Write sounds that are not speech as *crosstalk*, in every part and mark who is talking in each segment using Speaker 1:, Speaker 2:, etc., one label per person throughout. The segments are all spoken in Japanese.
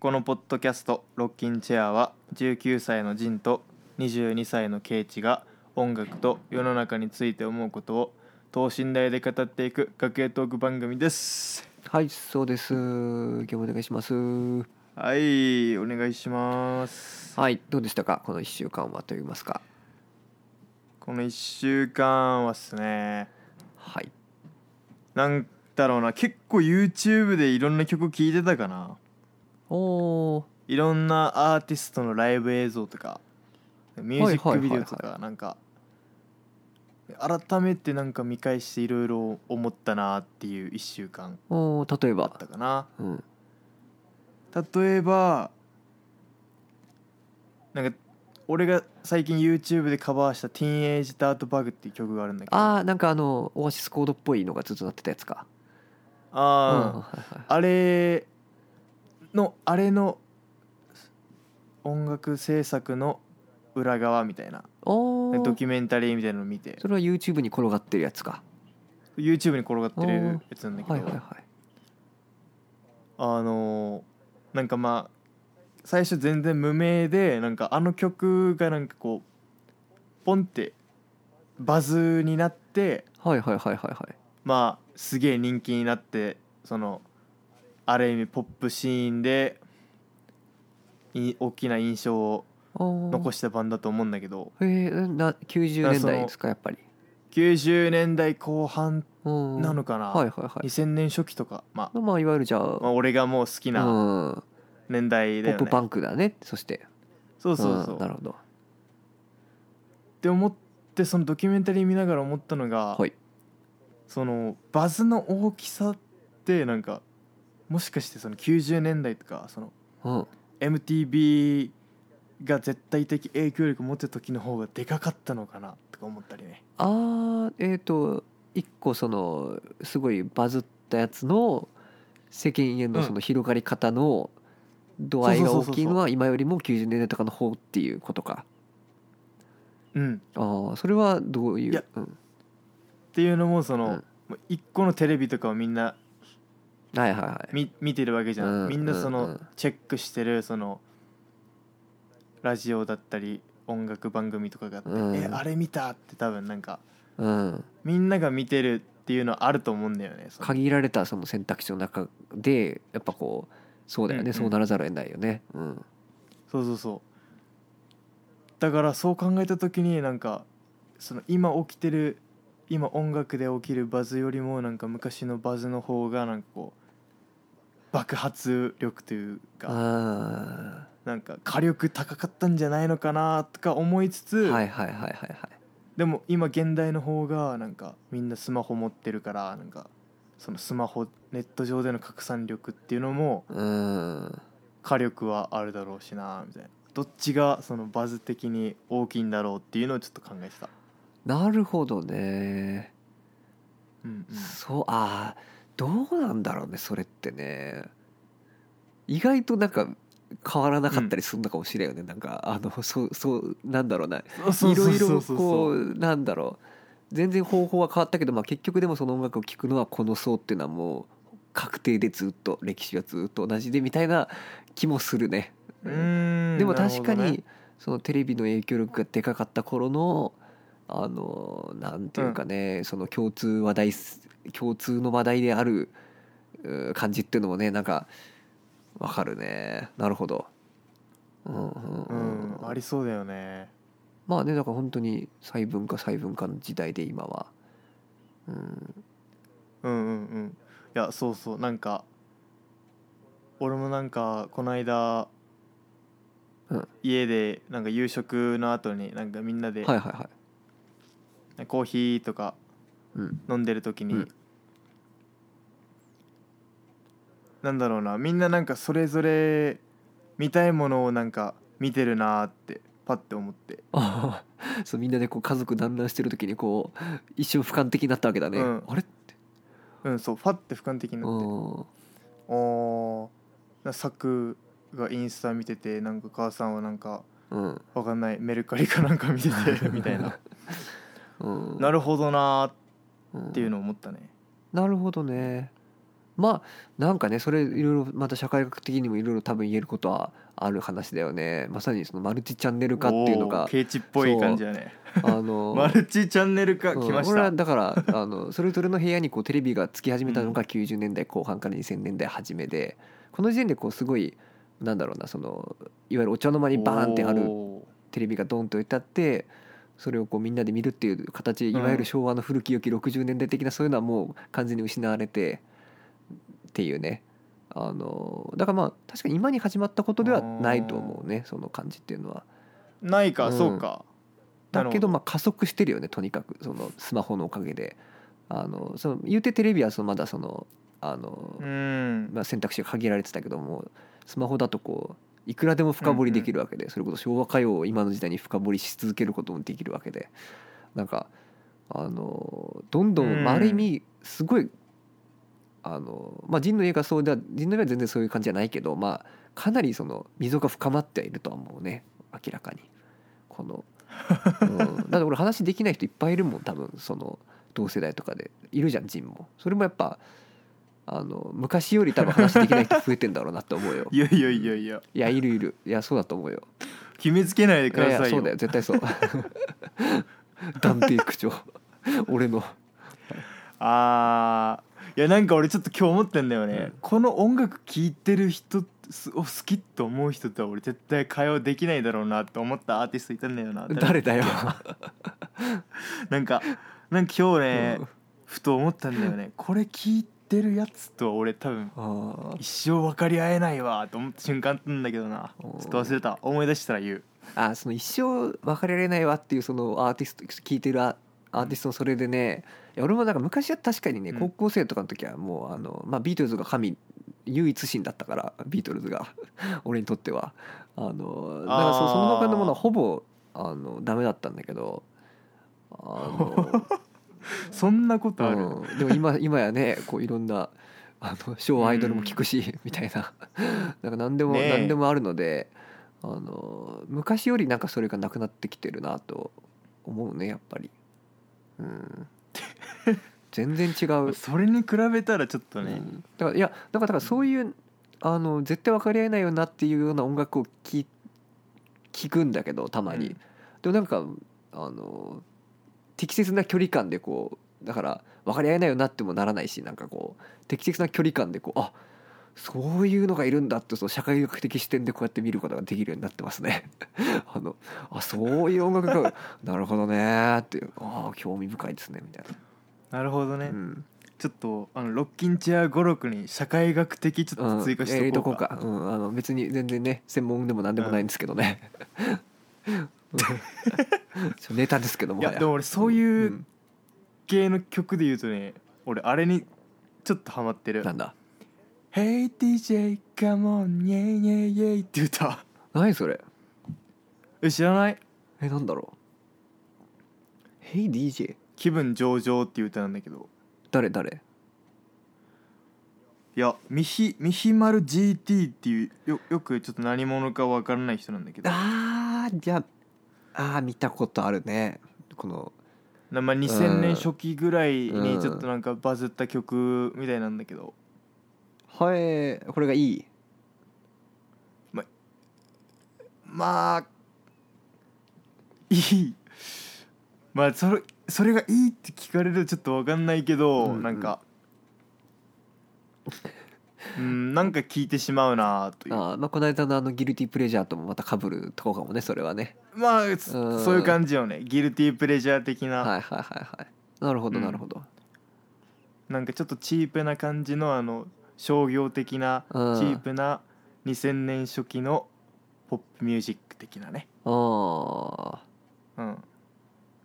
Speaker 1: このポッドキャスト「ロッキンチェア」は19歳のジンと22歳のケイチが音楽と世の中について思うことを等身大で語っていく学芸トーク番組です
Speaker 2: はい、そうです。今日もお願いします。
Speaker 1: はいお願いします
Speaker 2: はい、どうでしたか、この一週間はと言いますか。
Speaker 1: この1週間はっすね
Speaker 2: はい。
Speaker 1: なんだろうな結構 YouTube でいろんな曲聴いてたかな
Speaker 2: おお
Speaker 1: いろんなアーティストのライブ映像とかミュージックビデオと
Speaker 2: はいはいは
Speaker 1: か
Speaker 2: い
Speaker 1: なんか改めてなんか見返していろいろ思ったなっていう1週間
Speaker 2: ー、おお、例え
Speaker 1: だ
Speaker 2: ば
Speaker 1: っ。たかな
Speaker 2: うん。
Speaker 1: 例えばなんか俺が最近 YouTube でカバーした「ティーンエイジ・ダート・バグ」っていう曲があるんだけど
Speaker 2: ああ、なんかあの、オアシスコードっぽいのがずっとなってたやつか。う
Speaker 1: あー、
Speaker 2: はいはい。
Speaker 1: あれのあれの音楽制作の裏側みたいな
Speaker 2: おお。
Speaker 1: ドキュメンタリーみたいなのを見て
Speaker 2: それは YouTube に転がってるやつか。
Speaker 1: YouTube に転がってるやつなんだけど、
Speaker 2: はいはいはい。
Speaker 1: あのーなんかまあ最初全然無名でなんかあの曲がなんかこうポンってバズになって
Speaker 2: はいはいはいはいはい。
Speaker 1: まあすげえ人気になってそのある意味ポップシーンでい大きな印象を
Speaker 2: おお。
Speaker 1: 残したバンドだと思うんだけど
Speaker 2: えー、な、90年代ですか、やっぱり。
Speaker 1: 90年代後半
Speaker 2: うん。
Speaker 1: なのかな、
Speaker 2: はいはいはい。
Speaker 1: 2000年初期とか、まあ、
Speaker 2: まあ、いわゆるじゃあ。
Speaker 1: まあ俺がもう好きな
Speaker 2: うん。
Speaker 1: 年代
Speaker 2: ポ
Speaker 1: だよ
Speaker 2: ッ
Speaker 1: ね、
Speaker 2: プパンクだね、そして。
Speaker 1: そうそうそう、
Speaker 2: んなるほど。
Speaker 1: って思ってそのドキュメンタリー見ながら思ったのが、
Speaker 2: はい
Speaker 1: そのバズの大きさってなんかもしかしてその90年代とかその
Speaker 2: うん。
Speaker 1: MTV が絶対的影響力持ってた時の方がでかかったのかなとか思ったりね
Speaker 2: あーえっ、と一個そのすごいバズったやつの世間への
Speaker 1: うん
Speaker 2: その広がり方の度合いが
Speaker 1: そう
Speaker 2: 大
Speaker 1: そうそうそう
Speaker 2: きいのは今よりも90年代とかの方っていうことか
Speaker 1: うん
Speaker 2: ああそれはどういう
Speaker 1: いや
Speaker 2: うん、
Speaker 1: っていうのもその、
Speaker 2: うん
Speaker 1: もう一個のテレビとかをみんな
Speaker 2: はいはいはい
Speaker 1: み見てるわけじゃん、
Speaker 2: うん
Speaker 1: みんなそ
Speaker 2: うんう
Speaker 1: の
Speaker 2: ん
Speaker 1: チェックしてるそのラジオだったり音楽番組とかがあって、
Speaker 2: うん
Speaker 1: えあれ見たって多分なんか
Speaker 2: うん
Speaker 1: みんなが見てるっていうのはあると思うんだよねその
Speaker 2: 限られたその選択肢の中でやっぱこうそうだよね、
Speaker 1: うんうん
Speaker 2: そうならざるを得ないよねうん
Speaker 1: そうそうそうだからそう考えた時になんかその今起きてる今音楽で起きるバズよりもなんか昔のバズの方がなんかこう爆発力というか
Speaker 2: あ
Speaker 1: なんか火力高かったんじゃないのかなとか思いつつ、
Speaker 2: ーはいはいはいはいはい
Speaker 1: でも今現代の方がなんかみんなスマホ持ってるからなんかそのスマホネット上での拡散力っていうのも
Speaker 2: うん
Speaker 1: 火力はあるだろうしなみたいなどっちがそのバズ的に大きいんだろうっていうのをちょっと考えてた、
Speaker 2: なるほどね
Speaker 1: うんうん、
Speaker 2: そうあーどうなんだろうねそれってね意外となんか変わらなかったりするのかもしれんよね、なんかあのそうそうなんだろうない
Speaker 1: そうそう
Speaker 2: ろい
Speaker 1: そ
Speaker 2: ろ
Speaker 1: うそうそ
Speaker 2: こ
Speaker 1: う
Speaker 2: うなんだろう全然方法は変わったけど、まあ、結局でもその音楽を聴くのはこの層っていうのはもう確定でずっと歴史はずっと同じでみたいな気もするね。
Speaker 1: うーん
Speaker 2: でも確か
Speaker 1: なるほど
Speaker 2: に
Speaker 1: ね
Speaker 2: そのテレビの影響力がでかかった頃のあのなんていうかね、その共通話題す共通の話題であるうー感じっていうのもねなんかわかるねなるほど。うんうん
Speaker 1: う
Speaker 2: うん
Speaker 1: んありそうだよね
Speaker 2: まあねだから本当に細分化細分化の時代で今は。うん、
Speaker 1: うんうんうんいやそうそうなんか俺もなんかこの間、
Speaker 2: うん
Speaker 1: 家でなんか夕食の後になんかみんなで
Speaker 2: はいはいはい。
Speaker 1: コーヒーとか
Speaker 2: うん、 *laughs*
Speaker 1: 飲んでる時に、
Speaker 2: うん
Speaker 1: なんだろうなみんななんかそれぞれ見たいものをなんか見てるなーってパッて思って、
Speaker 2: ああそうみんなでこう家族団らんしてる時にこう一瞬俯瞰的になったわけだね。
Speaker 1: うん
Speaker 2: あれって。
Speaker 1: うんそうファッて俯瞰的になって
Speaker 2: うん
Speaker 1: 「おーなさくがインスタ見ててなんか母さんはなんか
Speaker 2: うん
Speaker 1: わかんないメルカリかなんか見ててみたい
Speaker 2: *laughs*
Speaker 1: な *laughs*
Speaker 2: うん、
Speaker 1: なるほどなーっ
Speaker 2: って
Speaker 1: いうのを思ったね
Speaker 2: なるほどねまあなんかねそれいろいろまた社会学的にもいろいろ多分言えることはある話だよねまさにそのマルチチャンネル化っていうの
Speaker 1: お
Speaker 2: が
Speaker 1: ーケチっぽい感じだね
Speaker 2: あ
Speaker 1: *laughs*
Speaker 2: の
Speaker 1: マルチチャンネル化
Speaker 2: うん
Speaker 1: 来まし
Speaker 2: 俺
Speaker 1: た、
Speaker 2: はだから
Speaker 1: *laughs*
Speaker 2: あのそれぞれの部屋にこうテレビがつき始めたのが90年代後半から2000年代初めでこの時点でこうすごいなんだろうなそのいわゆるお茶の間にバーンってある
Speaker 1: おー
Speaker 2: テレビがドンと置いてあってそれをこうみんなで見るっていう形いわゆる昭和の古き良き60年代的なそういうのはもう完全に失われてっていうねあのだからまあ確かに今に始まったことではないと思うねその感じっていうのは。
Speaker 1: ないか、
Speaker 2: うん
Speaker 1: そうか
Speaker 2: だけど
Speaker 1: なる
Speaker 2: まあ加速してるよねとにかくそのスマホのおかげであのその言うてテレビはそのまだそのあの
Speaker 1: ほど、うん
Speaker 2: まあ、選択肢が限られてたけどもスマホだとこういくらでも深掘りできるわけで、それこそ昭和歌謡を今の時代に深掘りし続けることもできるわけでなんかあのどんどん、
Speaker 1: うん
Speaker 2: まあある意味すごいあの、まあ、人の映画そうでは人の映画は全然そういう感じじゃないけど、まあ、かなりその溝が深まってはいるとは思うね明らかに。このうん、だって俺話できない人いっぱいいるもん多分その同世代とかでいるじゃん人もそれもやっぱあの昔より多分話できない人増えてんだろうなって思うよ
Speaker 1: いやいやいやいや
Speaker 2: いやいるいるいやそうだと思うよ
Speaker 1: 決めつけないで
Speaker 2: い
Speaker 1: くだ
Speaker 2: や
Speaker 1: さ
Speaker 2: い
Speaker 1: いよ
Speaker 2: やそうだよ絶
Speaker 1: *laughs*
Speaker 2: 対そう断定口調俺の
Speaker 1: あーいやなんか俺ちょっと今日思ってんだよね、
Speaker 2: うん
Speaker 1: この音楽聴いてる人すを好きと思う人とは俺絶対会話できないだろうなって思ったアーティストいたんだよな
Speaker 2: 誰だよ
Speaker 1: なんかなんか今日ね、
Speaker 2: うん
Speaker 1: ふと思ったんだよねこれ聞いてるやつとは俺多分
Speaker 2: *laughs* あー
Speaker 1: 一生分かり合えないわと思った瞬間あったんだけどなちょ
Speaker 2: おー
Speaker 1: っと忘れた思い出したら言う
Speaker 2: あその一生別れられないわっていうそのアーティスト聞いてるアアーティストのそれでねいや俺もなんか昔は確かにね
Speaker 1: うん
Speaker 2: 高校生とかの時はもうあの、まあ、ビートルズが神唯一神だったからビートルズが *laughs* 俺にとってはあのだからそ
Speaker 1: あー
Speaker 2: その中のものはほぼあのダメだったんだけどあ
Speaker 1: *laughs*
Speaker 2: の、
Speaker 1: そんなことある、
Speaker 2: うんでも今今やねこういろんなあの昭和アイドルも聞くし、みたいな *laughs* なんか何でも、
Speaker 1: ねえ
Speaker 2: 何でもあるのであの昔よりなんかそれがなくなってきてるなと思うねやっぱり、
Speaker 1: *laughs*
Speaker 2: うん、全然違う、
Speaker 1: それに比べたらちょっと
Speaker 2: う
Speaker 1: ね、
Speaker 2: んだからいやだからだからそういうあの絶対分かり合えないよなっていうような音楽を聞聞くんだけどたまに、
Speaker 1: うん
Speaker 2: でもなんかあの適切な距離感でこうだから分かり合えないよなってもならないしなんかこう適切な距離感でこうあそういうのがいるんだってその社会学的視点でこうやって見ることができるようになってますね。 *laughs* あのあそういう音楽がなるほどねーっていうあー興味深いですねみたい
Speaker 1: なるほどね、
Speaker 2: な。うん
Speaker 1: ちょっとあのロッキンチェア語録に社会学的ちょっと追加し
Speaker 2: うんえー
Speaker 1: と
Speaker 2: と
Speaker 1: こ
Speaker 2: こ
Speaker 1: う
Speaker 2: う
Speaker 1: か,、
Speaker 2: か、うん、あの別に全然ね専門でも何でもないんですけど *laughs* ね、うんネタですけども
Speaker 1: いやでも俺そういう
Speaker 2: うん
Speaker 1: 系の曲で言うとね俺あれにちょっとハマってる
Speaker 2: なんだ
Speaker 1: 「Hey DJ come on yeah yeah yeah」って歌
Speaker 2: 何それ
Speaker 1: え知らない
Speaker 2: えなんだろう Hey DJ
Speaker 1: 気分上々っていう歌なんだけど
Speaker 2: 誰誰
Speaker 1: いやミヒミヒマル GT っていうよよくちょっと何者か分からない人なんだけど
Speaker 2: あーじゃああー見たことあるねこの
Speaker 1: なまあ、
Speaker 2: う
Speaker 1: 2000
Speaker 2: ん
Speaker 1: 年初期ぐらい
Speaker 2: うん
Speaker 1: にちょっとなんかバズった曲みたいなんだけど、
Speaker 2: はいこれがいい
Speaker 1: まあいいまあそれそれがいいって聞かれるとちょっと分かんないけど、
Speaker 2: うんうん
Speaker 1: なんかうんなんか聞いてしまうなという
Speaker 2: あー、まあ、この間のあのギルティプレジャーともまたかぶるとこかもねそれはね
Speaker 1: まあそ
Speaker 2: うん
Speaker 1: そういう感じよねギルティープレジャー的な、
Speaker 2: はいはいはいはいなるほど
Speaker 1: うん
Speaker 2: なるほど、
Speaker 1: なんかちょっとチープな感じのあの商業的なチ
Speaker 2: うん
Speaker 1: ープな2000年初期のポップミュージック的なね
Speaker 2: あ
Speaker 1: う
Speaker 2: あ
Speaker 1: ん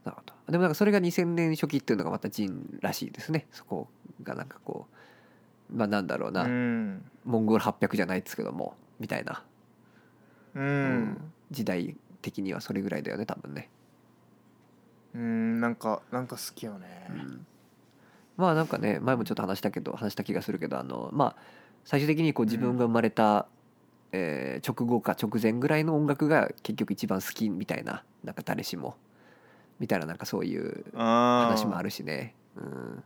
Speaker 2: なるほどでもなんかそれが2000年初期っていうのがまたジンらしいですねそこがなんかこうまあなんだろうな、
Speaker 1: うん
Speaker 2: モンゴル800じゃないですけどもみたいな、
Speaker 1: う、
Speaker 2: うん時代的にはそれぐらいだよね多分ね、
Speaker 1: うん、なんかなんか好きよね、
Speaker 2: うんまあなんかね前もちょっと話したけど話した気がするけどあのまあ最終的にこう自分が生まれた、えー直後か直前ぐらいの音楽が結局一番好きみたいななんか誰しもみたいななんかそういう
Speaker 1: 話
Speaker 2: 話もあるしね、うん、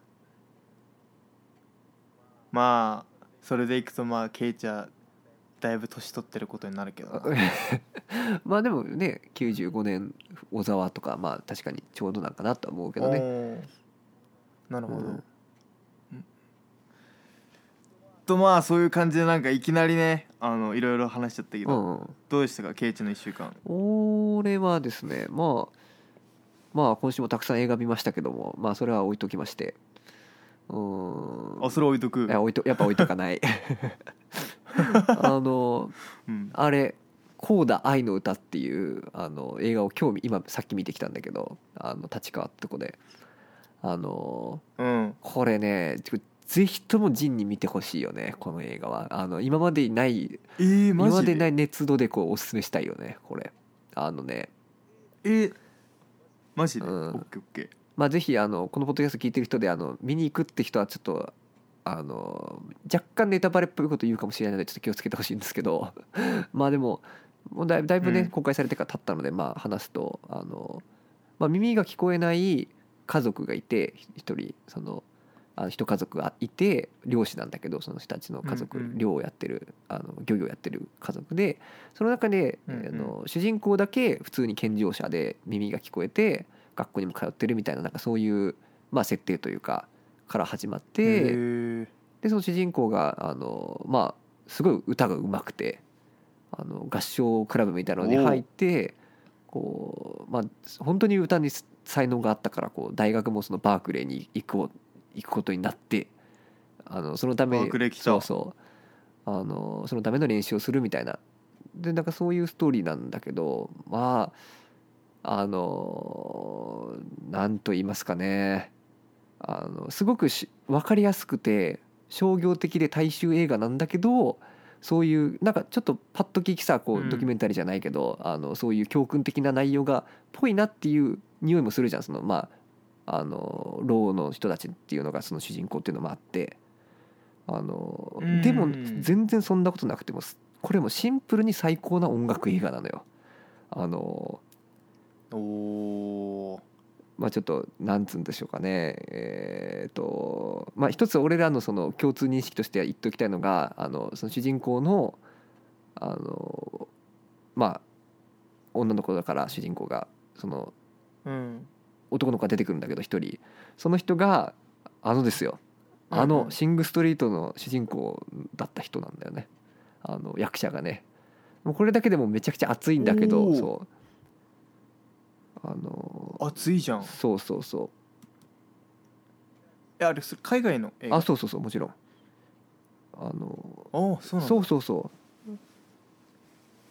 Speaker 1: まあそれでいくとまあケイちゃんだいぶ年取ってることになるけどな
Speaker 2: *laughs* まあでもね95年小沢とかまあ確かにちょうどなんかなとは思うけどね
Speaker 1: おーなるほど、
Speaker 2: うん
Speaker 1: んとまあそういう感じでなんかいきなりねあのいろいろ話しちゃったけ
Speaker 2: う
Speaker 1: ど、
Speaker 2: んうん
Speaker 1: どうでしたかケイチの1週間
Speaker 2: 俺はですねまあまあ今週もたくさん映画見ましたけどもまあそれは置いときましてうーん
Speaker 1: あそれ置いとく
Speaker 2: いや置いとやっぱ置いとかないあの
Speaker 1: うん、
Speaker 2: あれ「コーダ愛の歌」っていうあの映画を今日見今さっき見てきたんだけどあの立川ってとこであの
Speaker 1: うん、
Speaker 2: これねちょぜひともジンに見てほしいよねこの映画はあの今までにない
Speaker 1: えー、
Speaker 2: 今
Speaker 1: マ
Speaker 2: ま
Speaker 1: ジ
Speaker 2: でにない熱度でこうおすすめしたいよねこれあのね
Speaker 1: えーマジで、
Speaker 2: うん
Speaker 1: オッケーオッケー
Speaker 2: まあぜひあのこのポッドキャスト聞いてる人であの見に行くって人はちょっとあの若干ネタバレっぽいこと言うかもしれないのでちょっと気をつけてほしいんですけど *laughs* まあでももうだいぶだいぶね、
Speaker 1: うん
Speaker 2: 公開されてから経ったのでまあ話すとあの、まあ、耳が聞こえない家族がいてひ一人そのあの一家族がいて漁師なんだけどその人たちの家族、
Speaker 1: うんうん
Speaker 2: 漁をやってるあの漁業やってる家族でその中で、
Speaker 1: うんうん
Speaker 2: あの主人公だけ普通に健常者で耳が聞こえて学校にも通ってるみたいななんかそういう、まあ、設定というかから始まっ
Speaker 1: へ
Speaker 2: て
Speaker 1: ー
Speaker 2: でその主人公があの、まあ、すごい歌がうまくてあの合唱クラブみたいなのに
Speaker 1: おう
Speaker 2: 入ってこう、まあ、本当に歌にす才能があったからこう大学もそのバークレーに行こう行くことになってあのそのため
Speaker 1: バークレー来た
Speaker 2: そうそうあのそのための練習をするみたいなでなんかそういうストーリーなんだけどまああのなんと言いますかねあのすごくし分かりやすくて商業的で大衆映画なんだけどそういうなんかちょっとパッと聞きさこ
Speaker 1: う
Speaker 2: うんドキュメンタリーじゃないけど、あのそういう教訓的な内容がぽいなっていう匂いもするじゃんそのまああのローの人たちっていうのがその主人公っていうのもあってあの
Speaker 1: うん
Speaker 2: でも全然そんなことなくてもこれもシンプルに最高な音楽映画なのよ。あの
Speaker 1: おー
Speaker 2: まあ、ちょっとなんつうんでしょうかねえーとまあ一つ俺らのその共通認識としては言っておきたいのがあのその主人公のあのまあ女の子だから主人公がその
Speaker 1: うん
Speaker 2: 男の子が出てくるんだけど一人その人があのですよ
Speaker 1: うんうん
Speaker 2: あのシング・ストリートの主人公だった人なんだよねあの役者がねもうこれだけでもめちゃくちゃ熱いんだけ
Speaker 1: お
Speaker 2: ど
Speaker 1: ー
Speaker 2: そうあの
Speaker 1: 熱いじゃん
Speaker 2: そうそうそう
Speaker 1: えあれそれ海外の映画
Speaker 2: あそうそうそうもちろんあの
Speaker 1: あそうなんだ
Speaker 2: そうそうそう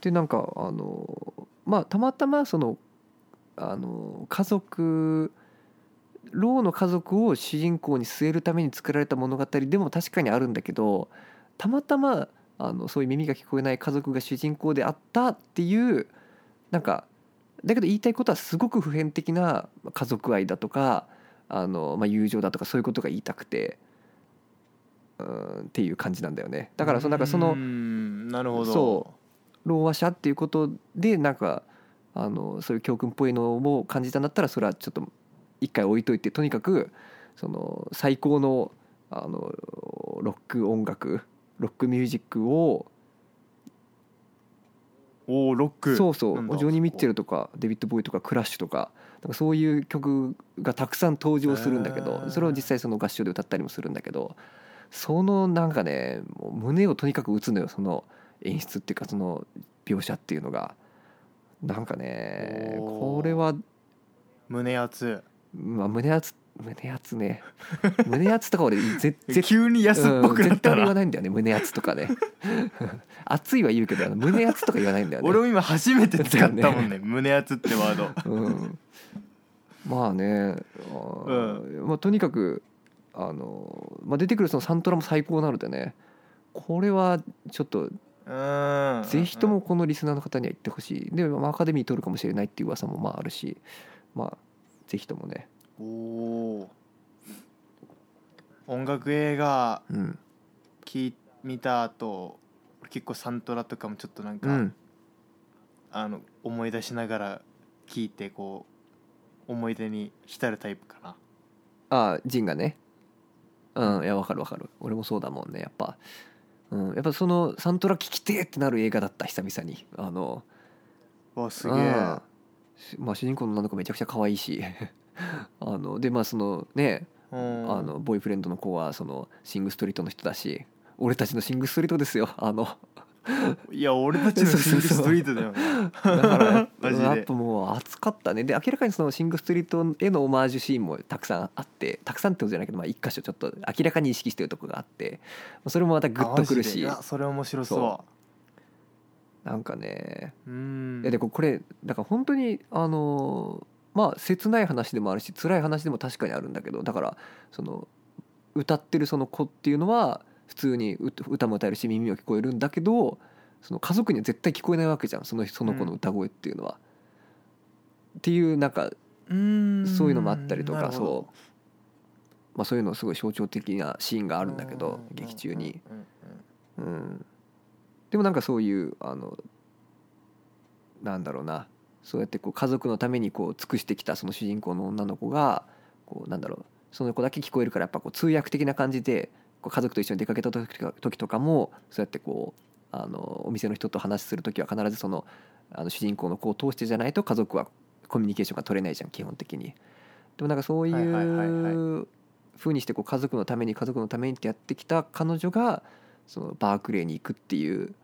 Speaker 2: でなんかあのまあたまたまそのあの家族ローの家族を主人公に据えるために作られた物語でも確かにあるんだけどたまたまあのそういう耳が聞こえない家族が主人公であったっていうなんかだけど言いたいことはすごく普遍的な家族愛だとかあの、まあ、友情だとかそういうことが言いたくてうんっていう感じなんだよねだからそのなんかそうの
Speaker 1: ーんなるほど
Speaker 2: そ老和者っていうことでなんかあのそういう教訓っぽいのを感じたんだったらそれはちょっと一回置いといてとにかくその最高のあのロック音楽ロックミュージックを
Speaker 1: おおロック
Speaker 2: そうそ
Speaker 1: なんだ
Speaker 2: うジョニー・ミッチェルとかデビッド・ボーイとかクラッシュとかなんかそういう曲がたくさん登場するんだけ
Speaker 1: へ
Speaker 2: ど
Speaker 1: ー
Speaker 2: それを実際その合唱で歌ったりもするんだけどそのなんかねもう胸をとにかく打つのよその演出っていうかその描写っていうのがなんかね
Speaker 1: おー
Speaker 2: これは、
Speaker 1: 胸熱
Speaker 2: まあ、胸熱胸熱ね胸熱と
Speaker 1: *laughs*
Speaker 2: か俺ぜ絶
Speaker 1: 急に安っぽ
Speaker 2: うん
Speaker 1: くなっ
Speaker 2: 絶対
Speaker 1: た
Speaker 2: 言わ
Speaker 1: な
Speaker 2: ないんだよね胸熱とかね *laughs* 熱いは言うけどあの胸熱とか言わないんだよね
Speaker 1: 俺も今初めて使ったもんね胸熱ってワード
Speaker 2: うん、まあね、あーまあ、とにかくあの、まあ、出てくるそのサントラも最高なのでねこれはちょっと
Speaker 1: うーん
Speaker 2: ぜひともこのリスナーの方には行ってほしいで、まあ、アカデミー取るかもしれないっていう噂もまああるしまあぜひともね、
Speaker 1: おお音楽映画
Speaker 2: うん
Speaker 1: 聞い見た後結構サントラとかもちょっとなんか、
Speaker 2: うん、
Speaker 1: あの思い出しながら聞いてこう思い出に浸るタイプかな
Speaker 2: ああジンがねうんいやわかるわかる俺もそうだもんねやっぱ、うん、やっぱそのサントラ聴きてーってなる映画だった久々にあの
Speaker 1: わすげえ
Speaker 2: うんしまあ、主人公の女の子めちゃくちゃ可愛いし *laughs* あのでまあそのね
Speaker 1: うん
Speaker 2: あのボーイフレンドの子はそのシングストリートの人だし俺たちのシングストリートですよあの
Speaker 1: いや俺たちの
Speaker 2: そう
Speaker 1: シ
Speaker 2: そ
Speaker 1: ン
Speaker 2: う
Speaker 1: グ
Speaker 2: そう
Speaker 1: ストリートだよね
Speaker 2: だから
Speaker 1: *laughs* マジで
Speaker 2: やっぱもう熱かったねで明らかにそのシングストリートへのオマージュシーンもたくさんあってたくさんってことじゃないけど、まあ、一箇所ちょっと明らかに意識してるとこがあってまあそれもまたグッ
Speaker 1: *laughs* あ
Speaker 2: とくる
Speaker 1: マジでい
Speaker 2: し
Speaker 1: やそれ面白そう
Speaker 2: そなんかね
Speaker 1: うん
Speaker 2: いやでここれだから本当にあのーまあ切ない話でもあるし辛い話でも確かにあるんだけどだからその歌ってるその子っていうのは普通にう歌も歌えるし耳も聞こえるんだけどその家族には絶対聞こえないわけじゃんそのその子の歌声っていうのは。っていうなんか
Speaker 1: うん
Speaker 2: そういうのもあったりとかそうう、まあ、そういうのすごい象徴的なシーンがあるんだけど
Speaker 1: う
Speaker 2: 劇中に。
Speaker 1: うんうんうん
Speaker 2: うん、でもなんかそういうあのなんだろうなそうやってこう家族のためにこう尽くしてきたその主人公の女の子がこうなんだろうその子だけ聞こえるからやっぱこう通訳的な感じでこう家族と一緒に出かけた時とか時とかもそうやってこうあのお店の人と話する時は必ずそのあの主人公の子を通してじゃないと家族はコミュニケーションが取れないじゃん基本的に。でもなんかそうい
Speaker 1: はいはいはいう
Speaker 2: ふうにしてこう家族のために家族のためにってやってきた彼女がそのバークレーに行くっていう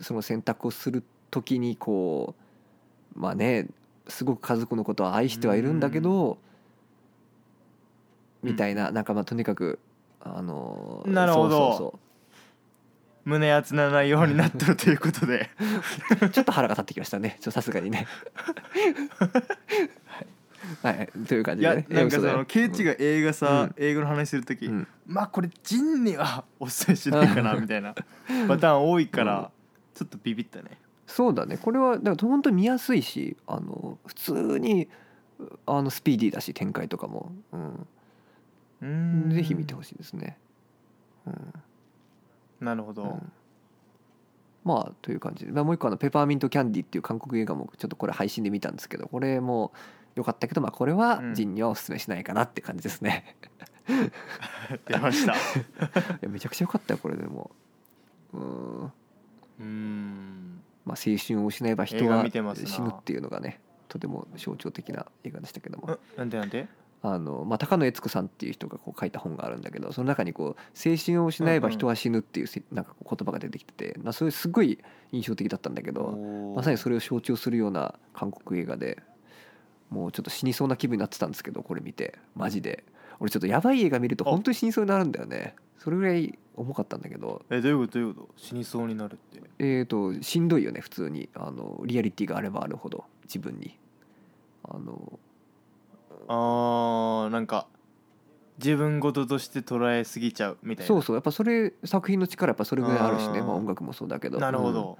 Speaker 2: その選択をする時にこうまあねすごく家族のことは愛してはいるんだけど
Speaker 1: うん
Speaker 2: みたいななんかまあとにかくあの
Speaker 1: なるほど
Speaker 2: そうそう
Speaker 1: 胸熱な内容になってるということで
Speaker 2: そうちょっと腹が立ってきましたね *laughs* ちょっとさすがにねはい、はい、と *laughs* いう感
Speaker 1: い
Speaker 2: じで、
Speaker 1: や
Speaker 2: ね、
Speaker 1: なんかそのケイチ
Speaker 2: が、
Speaker 1: が映画さ、
Speaker 2: う
Speaker 1: 英語の話する時、
Speaker 2: うん
Speaker 1: まあこれジンにはお伝えしないかなみた
Speaker 2: *laughs*
Speaker 1: いなパターン多いから、
Speaker 2: うん
Speaker 1: ちょっとビビったね
Speaker 2: そうだねこれはだから本当に見やすいしあの普通にあのスピーディーだし展開とかも、うん
Speaker 1: うーん
Speaker 2: ぜひ見てほ
Speaker 1: し
Speaker 2: しいですね。うん
Speaker 1: いなるほど、
Speaker 2: うんまあという感じで、まあ、もう一個あの「ペパーミント・キャンディ」っていう韓国映画もちょっとこれ配信で見たんですけどこれも良かったけど、まあ、これは
Speaker 1: うん
Speaker 2: ジンにはおすすめしないかなって感じですね。 *laughs*
Speaker 1: 出ました
Speaker 2: いやめちゃくちゃ良かったよこれでも。 *laughs* うん
Speaker 1: うーん
Speaker 2: まあ、青春を失えば人
Speaker 1: 映画
Speaker 2: は
Speaker 1: 見てますな
Speaker 2: 死ぬっていうのがねとても象徴的な映画でしたけども
Speaker 1: うんなんでなんで
Speaker 2: あの、まあ、高野悦子さんっていう人がこう書いた本があるんだけどその中にこう「青春を失えば人は死ぬ」っていうせなんかこう言葉が出てきてて、まあ、それすごい印象的だったんだけどまさにそれを象徴するような韓国映画でもうちょっと死にそうな気分になってたんですけどこれ見てマジで俺ちょっとやばい映画見ると本当に死にそうになるんだよねそれぐらい重かったんだけど
Speaker 1: えどういうことどういうこと死にそうになるって
Speaker 2: えー、としんどいよね普通にあのリアリティがあればあるほど自分にあの
Speaker 1: あーなんか自分事として捉えすぎちゃうみたいな
Speaker 2: そうそうやっぱそれ作品の力やっぱそれぐらいあるしね
Speaker 1: うん
Speaker 2: まあ、音楽もそうだけど
Speaker 1: なるほ
Speaker 2: うん
Speaker 1: ど、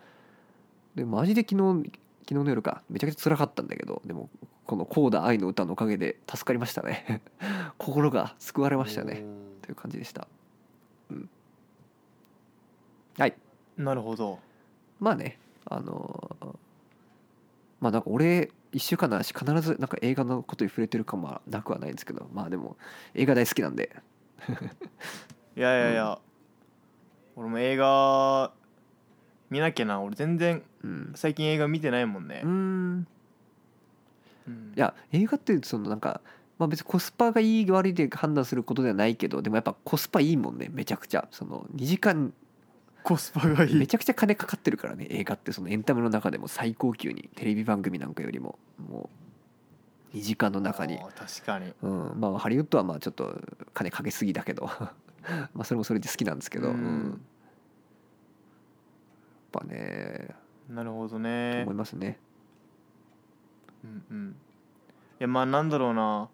Speaker 2: でマジで昨日昨日の夜かめちゃくちゃ辛かったんだけどでもこの「コーダ愛の歌」のおかげで助かりましたね *laughs* 心が救われましたねという感じでしたうんはい
Speaker 1: おーなるほど
Speaker 2: まあねあのーまあなんか俺1週間の話必ずなんか映画のことに触れてるかもなくはないんですけどまあでも映画大好きなんで
Speaker 1: いやいやいや、俺も映画見なきゃな俺全然
Speaker 2: うん
Speaker 1: 最近映画見てないもんね
Speaker 2: うー、ん
Speaker 1: うん
Speaker 2: いや映画ってそのなんか、まあ、別にコスパがいい悪いで判断することではないけどでもやっぱコスパいいもんねめちゃくちゃその2時 *laughs* 間
Speaker 1: コスパがい
Speaker 2: め
Speaker 1: い
Speaker 2: ちゃくちゃ金かかってるからね映画ってそのエンタメの中でも最高級にテレビ番組なんかよりももう2時間の中に
Speaker 1: あー確かに
Speaker 2: うん、まあハリウッドはまあちょっと金かけすぎだけど *laughs* まあそれもそれで好きなんですけ
Speaker 1: う
Speaker 2: ど、
Speaker 1: ん
Speaker 2: うんやっぱね、
Speaker 1: なるほどね
Speaker 2: 思いますね。
Speaker 1: うんうんいやまあなんだろうな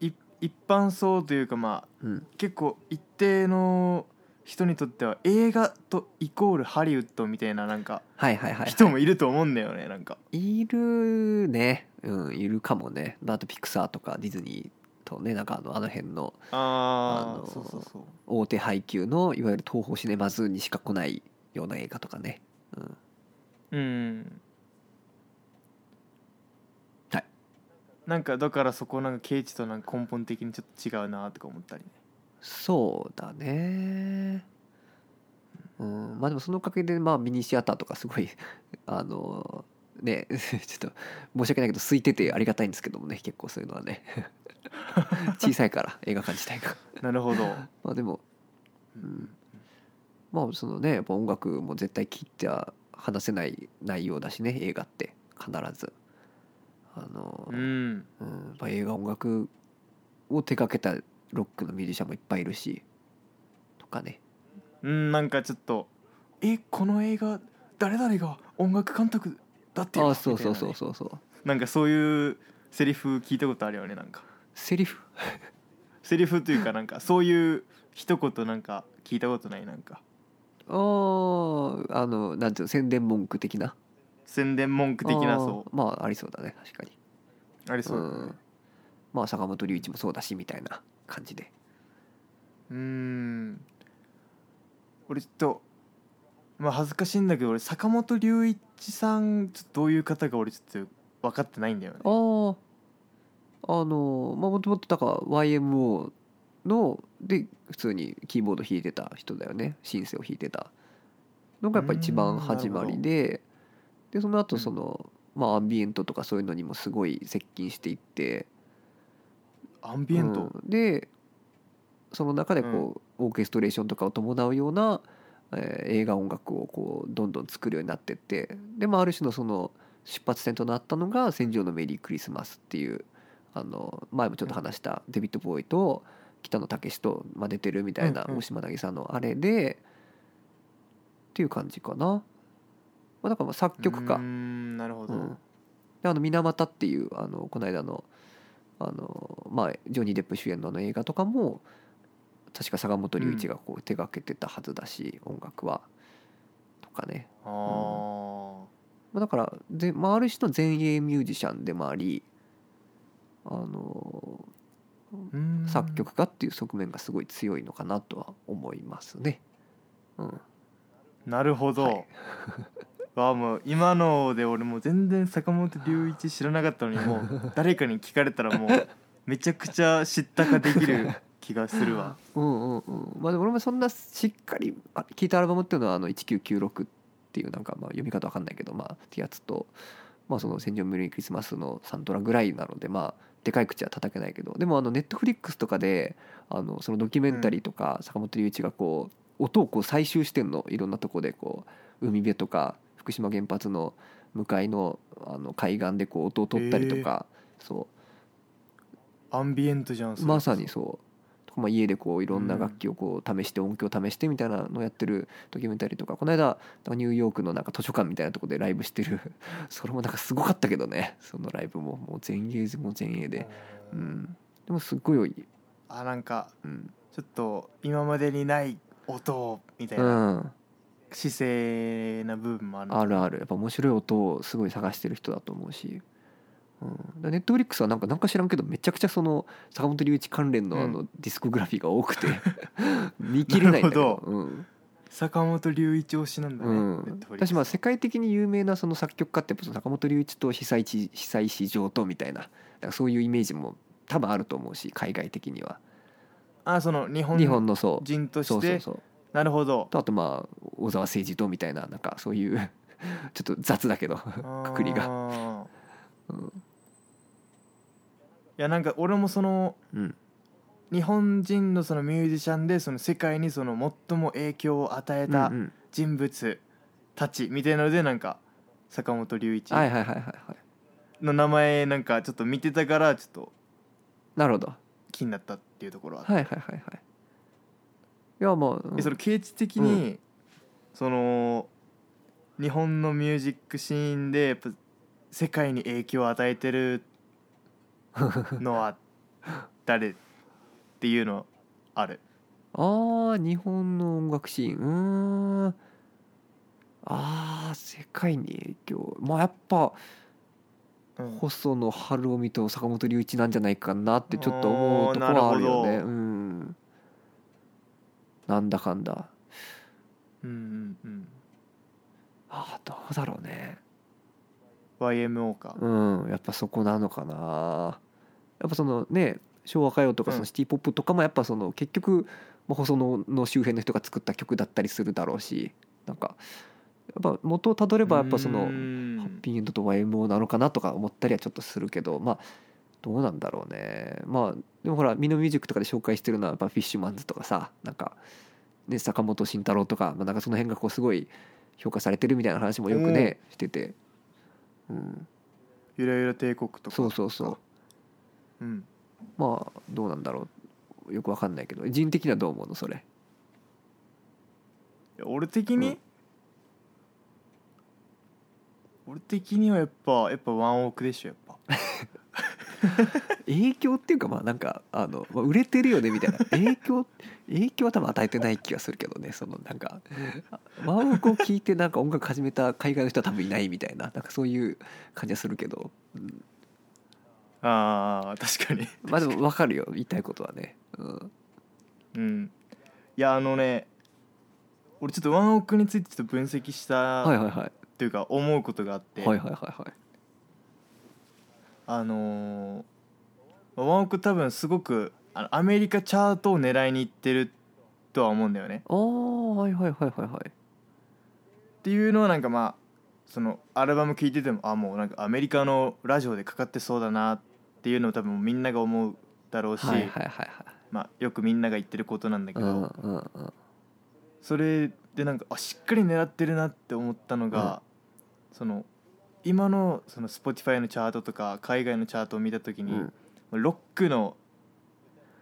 Speaker 1: い一般層というかまあ
Speaker 2: うん、
Speaker 1: 結構一定の人にとっては映画とイコールハリウッドみたいななんか
Speaker 2: はいはいはい、
Speaker 1: 人もいると思うんだよねなんか
Speaker 2: いるね、うん、いるかもね、まああとピクサーとかディズニーとねなんかあのあの辺のあ
Speaker 1: あ
Speaker 2: の
Speaker 1: あ
Speaker 2: ー
Speaker 1: そうそうそう
Speaker 2: 大手配給のいわゆる東宝シネマズにしか来ないような映画とかね、うん、
Speaker 1: うん
Speaker 2: はい *laughs*
Speaker 1: なんかだからそこなんかケイチとなんか根本的にちょっと違うなとか思ったりね
Speaker 2: そうだねうんまあでもそのおかげでまあミニシアターとかすごい *laughs* あのね *laughs* ちょっと申し訳ないけど空いててありがたいんですけどもね結構そういうのはね小さいから映画館自体が
Speaker 1: なるほど
Speaker 2: まあでもうんまあそのねやっぱ音楽も絶対聞いては話せない内容だしね映画って必ずあの
Speaker 1: うん
Speaker 2: うん、やっぱ映画音楽を手掛けたロックのミュージシャンもいっぱいいるしとかね
Speaker 1: うんなんかちょっとえこの映画誰々が音楽監督だってよ
Speaker 2: あそうそう
Speaker 1: みたいな
Speaker 2: そ
Speaker 1: ね
Speaker 2: うそうそう
Speaker 1: なんかそういうセリフ聞いたことあるよねなんか
Speaker 2: セリフ
Speaker 1: セリフというかなんかそういう一言なんか聞いたことないなんか
Speaker 2: あーあのなんていうの宣伝文句的な
Speaker 1: 宣伝文句的な
Speaker 2: あー
Speaker 1: そ
Speaker 2: まあありそうだね確かに
Speaker 1: うありそうだね
Speaker 2: ん、まあ坂本龍一もそうだしみたいな感じで
Speaker 1: うーん俺ちょっとまあ恥ずかしいんだけど俺坂本龍一さんちょっとどういう方か俺ちょっと分かってないんだよね
Speaker 2: あああのまあもともとだから YMO ので普通にキーボード弾いてた人だよねシンセを弾いてたのがやっぱ一番始まりででその後その、まあアンビエントとかそういうのにもすごい接近していって
Speaker 1: アンビエント、
Speaker 2: うんでその中でこう、オーケストレーションとかを伴うような、えー映画音楽をこうどんどん作るようになってってで、まあ、ある種のその出発点となったのが「戦場のメリークリスマス」っていうあの前もちょっと話したデビッド・ボーイと北野武と、まあ、出てるみたいな
Speaker 1: うんうん
Speaker 2: 大島渚のあれでっていう感じかな。まあ、だからまあ作曲家
Speaker 1: うーんなるほど、
Speaker 2: うん、であの水俣っていうあのこの間のあの、まあ、ジョニー・デップ主演のあの映画とかも確か坂本龍一がこう手がけてたはずだし、音楽はとかね、
Speaker 1: あー
Speaker 2: まあ、だからぜ、まあ、ある種の前衛ミュージシャンでもありあの
Speaker 1: うーん
Speaker 2: 作曲家っていう側面がすごい強いのかなとは思いますね。うん、
Speaker 1: なるほど、
Speaker 2: は
Speaker 1: わ *laughs*
Speaker 2: い
Speaker 1: あもう今ので俺もう全然坂本龍一知らなかったのにもう誰かに聞かれたら
Speaker 2: *laughs*
Speaker 1: もうめちゃくちゃ知ったかできる気がする
Speaker 2: *laughs*
Speaker 1: わ
Speaker 2: うんうんうんまあでも俺もそんなしっかりあ聞いたアルバムっていうのはあの1996っていうなんかまあ読み方わかんないけどまあってやつとまあその「戦場メリークリスマス」のサントラぐらいなのでまあでかい口は叩けないけどでもあのネットフリックスとかであのそのドキュメンタリーとか坂本龍一がこう音をこう採集してんのいろんなとこでこう海辺とか福島原発の向かいのあの海岸でこう音を取ったりとかそう
Speaker 1: アンビエントじゃんそれ
Speaker 2: まさにそうとかまあ家でこういろんな楽器をこう試して音響試してみたいなのをやってるドキュメンタリーとかこの間ニューヨークのなんか図書館みたいなとこでライブしてる *laughs* それもなんかすごかったけどね *laughs* そのライブももう前衛も前衛で、う
Speaker 1: うん
Speaker 2: ん、でもすっごい良い、
Speaker 1: あなんか
Speaker 2: うん、
Speaker 1: ちょっと今までにない音をみたいうなん姿勢な部分もある
Speaker 2: あるあるやっぱ面白い音をすごい探してる人だと思うし。うん、ネットフリックスはなんかなんか知らんけどめちゃくちゃその坂本龍一関連のあのディスコグラフィーが多く
Speaker 1: *laughs*
Speaker 2: て見切れないんだけ
Speaker 1: なる
Speaker 2: ど
Speaker 1: ほ
Speaker 2: うん、
Speaker 1: 坂本龍一推しなんだね、
Speaker 2: うん、私まあ世界的に有名なその作曲家ってやっぱその坂本龍一と被災地被災市上とみたいなだからそういうイメージも多分あると思うし海外的には
Speaker 1: あその日
Speaker 2: 日
Speaker 1: 本
Speaker 2: 本のそう
Speaker 1: 人と
Speaker 2: そ
Speaker 1: し
Speaker 2: うそう
Speaker 1: て
Speaker 2: そう
Speaker 1: なるほど
Speaker 2: とあとまあ小沢誠二とみたいななんかそういうちょっと雑だけどくくりが
Speaker 1: が
Speaker 2: うん
Speaker 1: いやなんか俺もその
Speaker 2: うん
Speaker 1: 日本人のそのミュージシャンでその世界にその最も影響を与え
Speaker 2: うんう
Speaker 1: た
Speaker 2: ん
Speaker 1: 人物たちみたいなのでなんか坂本龍一
Speaker 2: はいはいはいはいはい
Speaker 1: の名前なんかちょっと見てたからちょっと
Speaker 2: なるほどは
Speaker 1: 気になったっていうところはあっ
Speaker 2: いはいはいはいいやまあうん
Speaker 1: てその経地的
Speaker 2: う
Speaker 1: にその日本のミュージックシーンでやっぱ世界に影響を与えてるのは誰っていうのある
Speaker 2: ああ日本の音楽シーンうーんあー世界に影響まあやっぱ
Speaker 1: うん
Speaker 2: 細野晴臣と坂本龍一なんじゃないかなってちょっと思うところはあるよ
Speaker 1: おーな
Speaker 2: ね
Speaker 1: るほ
Speaker 2: うんなんだかんだ
Speaker 1: うんうんうん
Speaker 2: あーどうだろうね
Speaker 1: YMO か
Speaker 2: うんやっぱそこなのかなやっぱそのね昭和歌謡とか
Speaker 1: うん
Speaker 2: そのシティ・ポップとかもやっぱその結局、まあ、細野の周辺の人が作った曲だったりするだろうしなんかやっぱ元をたどればやっぱその
Speaker 1: う
Speaker 2: 「
Speaker 1: ん
Speaker 2: ハッピーエンド」と YMO なのかなとか思ったりはちょっとするけどまあどうなんだろうねまあでもほらミノミュージックとかで紹介してるのはやっぱフィッシュマンズとかさなんか、ね、坂本慎太郎とか,、まあ、なんかその辺がこうすごい評価されてるみたいな話もよくねしてて、うん、
Speaker 1: ゆらゆら帝国とか
Speaker 2: そうそうそう
Speaker 1: うん
Speaker 2: まあどうなんだろうよくわかんないけど人的にはどう思うのそれ
Speaker 1: いや俺的に、
Speaker 2: うん
Speaker 1: 俺的にはやっぱやっぱワンオークでしょやっぱ
Speaker 2: 影響っていうかまあなんかあの、まあ、売れてるよねみたいな影響影響は多分与えてない気がするけどねそのなんかワンオクを聞いてなんか音楽始めた海外の人は多分いないみたいななんかそういう感じはするけど、うん
Speaker 1: あー確かに
Speaker 2: まあでも分かるよ言いたいことはね、うん、
Speaker 1: うんいやあのね俺ちょっとワンオークについてちょっと分析した、
Speaker 2: はいはいはい
Speaker 1: っていうか思うことがあって、
Speaker 2: はいはいはいはい
Speaker 1: あのーまあワンオク多分すごくあのアメリカチャートを狙いにいってるとは思うんだよね
Speaker 2: あーはいはいはいはいはい
Speaker 1: っていうのはなんかまあそのアルバム聴いててもあもうなんかアメリカのラジオでかかってそうだなっていうのを多分みんなが思うだろうし、
Speaker 2: はいはいはいはい
Speaker 1: まあ、よくみんなが言ってることなんだけ
Speaker 2: う
Speaker 1: ど、
Speaker 2: んうんうん
Speaker 1: それでなんかあしっかり狙ってるなって思ったのが、その今のその Spotify のチャートとか海外のチャートを見た時に、
Speaker 2: うん
Speaker 1: ロックの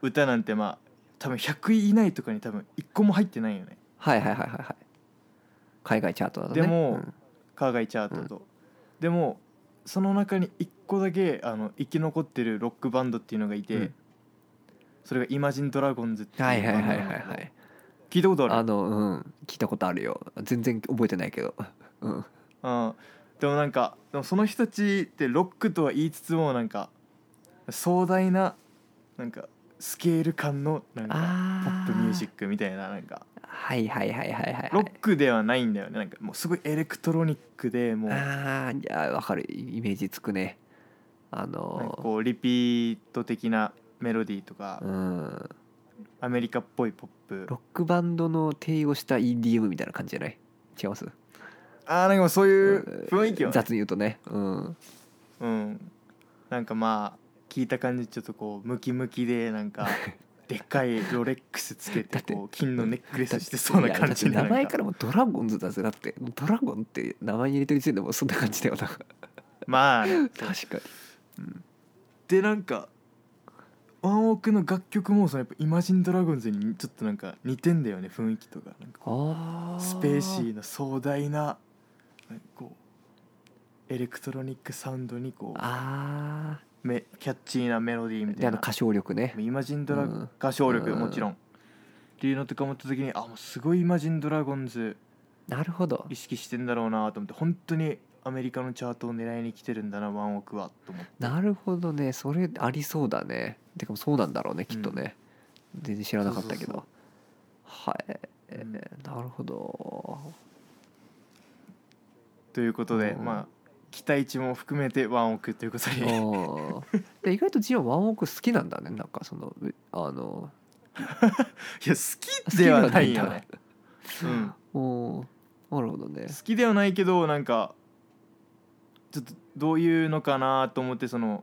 Speaker 1: 歌なんてまあ多分100位以内とかに多分1個も入ってないよね
Speaker 2: はいはいはいはいはい海外チャートだとね
Speaker 1: でも
Speaker 2: うん
Speaker 1: 海外チャートと、でもその中に1個だけあの生き残ってるロックバンドっていうのがいて、
Speaker 2: うん
Speaker 1: それがイマジンドラゴンズっていう
Speaker 2: はいはいはいはい
Speaker 1: バンドなんだけど
Speaker 2: はい
Speaker 1: 聞いたことある
Speaker 2: あのうん聞いたことあるよ全然覚えてないけどうん
Speaker 1: うん、でもなんかでもその人たちってロックとは言いつつもなんか壮大ななんかスケール感のなんかポ
Speaker 2: あ
Speaker 1: ップミュージックみたいななんか
Speaker 2: はいはいはいはいはい
Speaker 1: ロックではないんだよねなんかもうすごいエレクトロニックでもうなん
Speaker 2: ああいやわかるイメージつくねあ
Speaker 1: か
Speaker 2: の
Speaker 1: こうリピート的なメロディーとか
Speaker 2: うん
Speaker 1: アメリカっぽいポップ
Speaker 2: ロックバンドの定をした EDM みたいな感じじゃない違います
Speaker 1: あーなんかそういう雰囲気はね
Speaker 2: 雑に言うとねうん
Speaker 1: うんなんかまあ聞いた感じちょっとこうムキムキでなん
Speaker 2: *laughs*
Speaker 1: かでっかいロレックスつけ
Speaker 2: だ
Speaker 1: て
Speaker 2: って
Speaker 1: こう金のネックレスしてそうな感じ
Speaker 2: いやだって名前
Speaker 1: か
Speaker 2: からもドラゴンズだぜだってドラゴンって名前に入れてる時点でもうそんな感じだよな
Speaker 1: まあね
Speaker 2: 確かに
Speaker 1: でなんかワンオクの楽曲もそのやっぱイマジンドラゴンズにちょっとなんか似てんだよね雰囲気とかなんか
Speaker 2: あー
Speaker 1: スペーシーな壮大ななんかこうエレクトロニックサウンドにこ
Speaker 2: ああ
Speaker 1: うめキャッチーなメロディーみた
Speaker 2: で
Speaker 1: い
Speaker 2: あの
Speaker 1: な
Speaker 2: 歌唱力ね
Speaker 1: イマジンドラ、
Speaker 2: うん
Speaker 1: 歌唱力
Speaker 2: うん
Speaker 1: もちろんっていうのとか思った時にあもうすごいイマジンドラゴンズ
Speaker 2: なるほど
Speaker 1: 意識してんだろうなと思って本当にアメリカのチャートを狙いに来てるんだなワンオクはと思って
Speaker 2: なるほどねそれありそうだねてかそうなんだろうねきっとね、全然知らなかったけど
Speaker 1: そう
Speaker 2: はい、え
Speaker 1: うん
Speaker 2: ーなるほど
Speaker 1: ということで、
Speaker 2: うん
Speaker 1: まあ期待値も含めてワンオクということ
Speaker 2: あ
Speaker 1: に
Speaker 2: ー
Speaker 1: *laughs*
Speaker 2: で意外とジオンワンオーク好きなんだねなんかそのうあの
Speaker 1: いや好き *laughs* ではないよね、うん、
Speaker 2: おなるほどね
Speaker 1: 好きではないけどなんかちょっとどういうのかなと思ってその、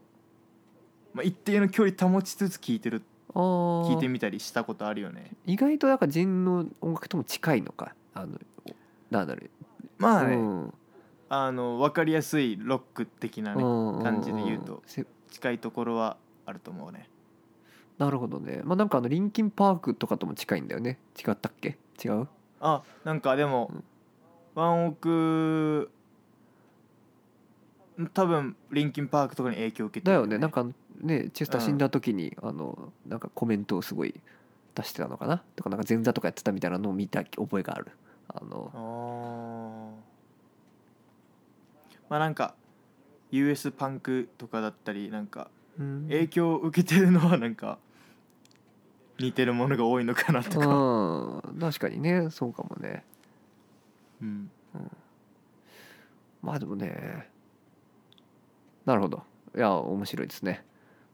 Speaker 1: まあ、一定の距離保ちつつ聞いてる
Speaker 2: あ
Speaker 1: 聞いて
Speaker 2: ー
Speaker 1: みたりしたことあるよね
Speaker 2: 意外となんかジンの音楽とも近いのかあのおなんだろう、
Speaker 1: まあね、
Speaker 2: うん
Speaker 1: あの分かりやすいロック的なね、
Speaker 2: うん
Speaker 1: 感じで言うと
Speaker 2: せ
Speaker 1: 近いところはあると思うね
Speaker 2: なるほどねまあなんかあのリンキンパークとかとも近いんだよね違ったっけ違う
Speaker 1: あなんかでも、
Speaker 2: うん
Speaker 1: ワンオク多分リンキンパークとかに影響を受けて
Speaker 2: だ
Speaker 1: る
Speaker 2: よねなんかねチェスター
Speaker 1: うん
Speaker 2: 死んだ時に、あのなんかコメントをすごい出してたのかなとかなんか前座とかやってたみたいなのを見た覚えがあるあの
Speaker 1: あーまあなんか US パンクとかだったりなんか
Speaker 2: うん
Speaker 1: 影響を受けてるのはなんか似てるものが多いのかなとか、
Speaker 2: うん確かにねそうかもね
Speaker 1: うん、
Speaker 2: まあでもねなるほどいや面白いですね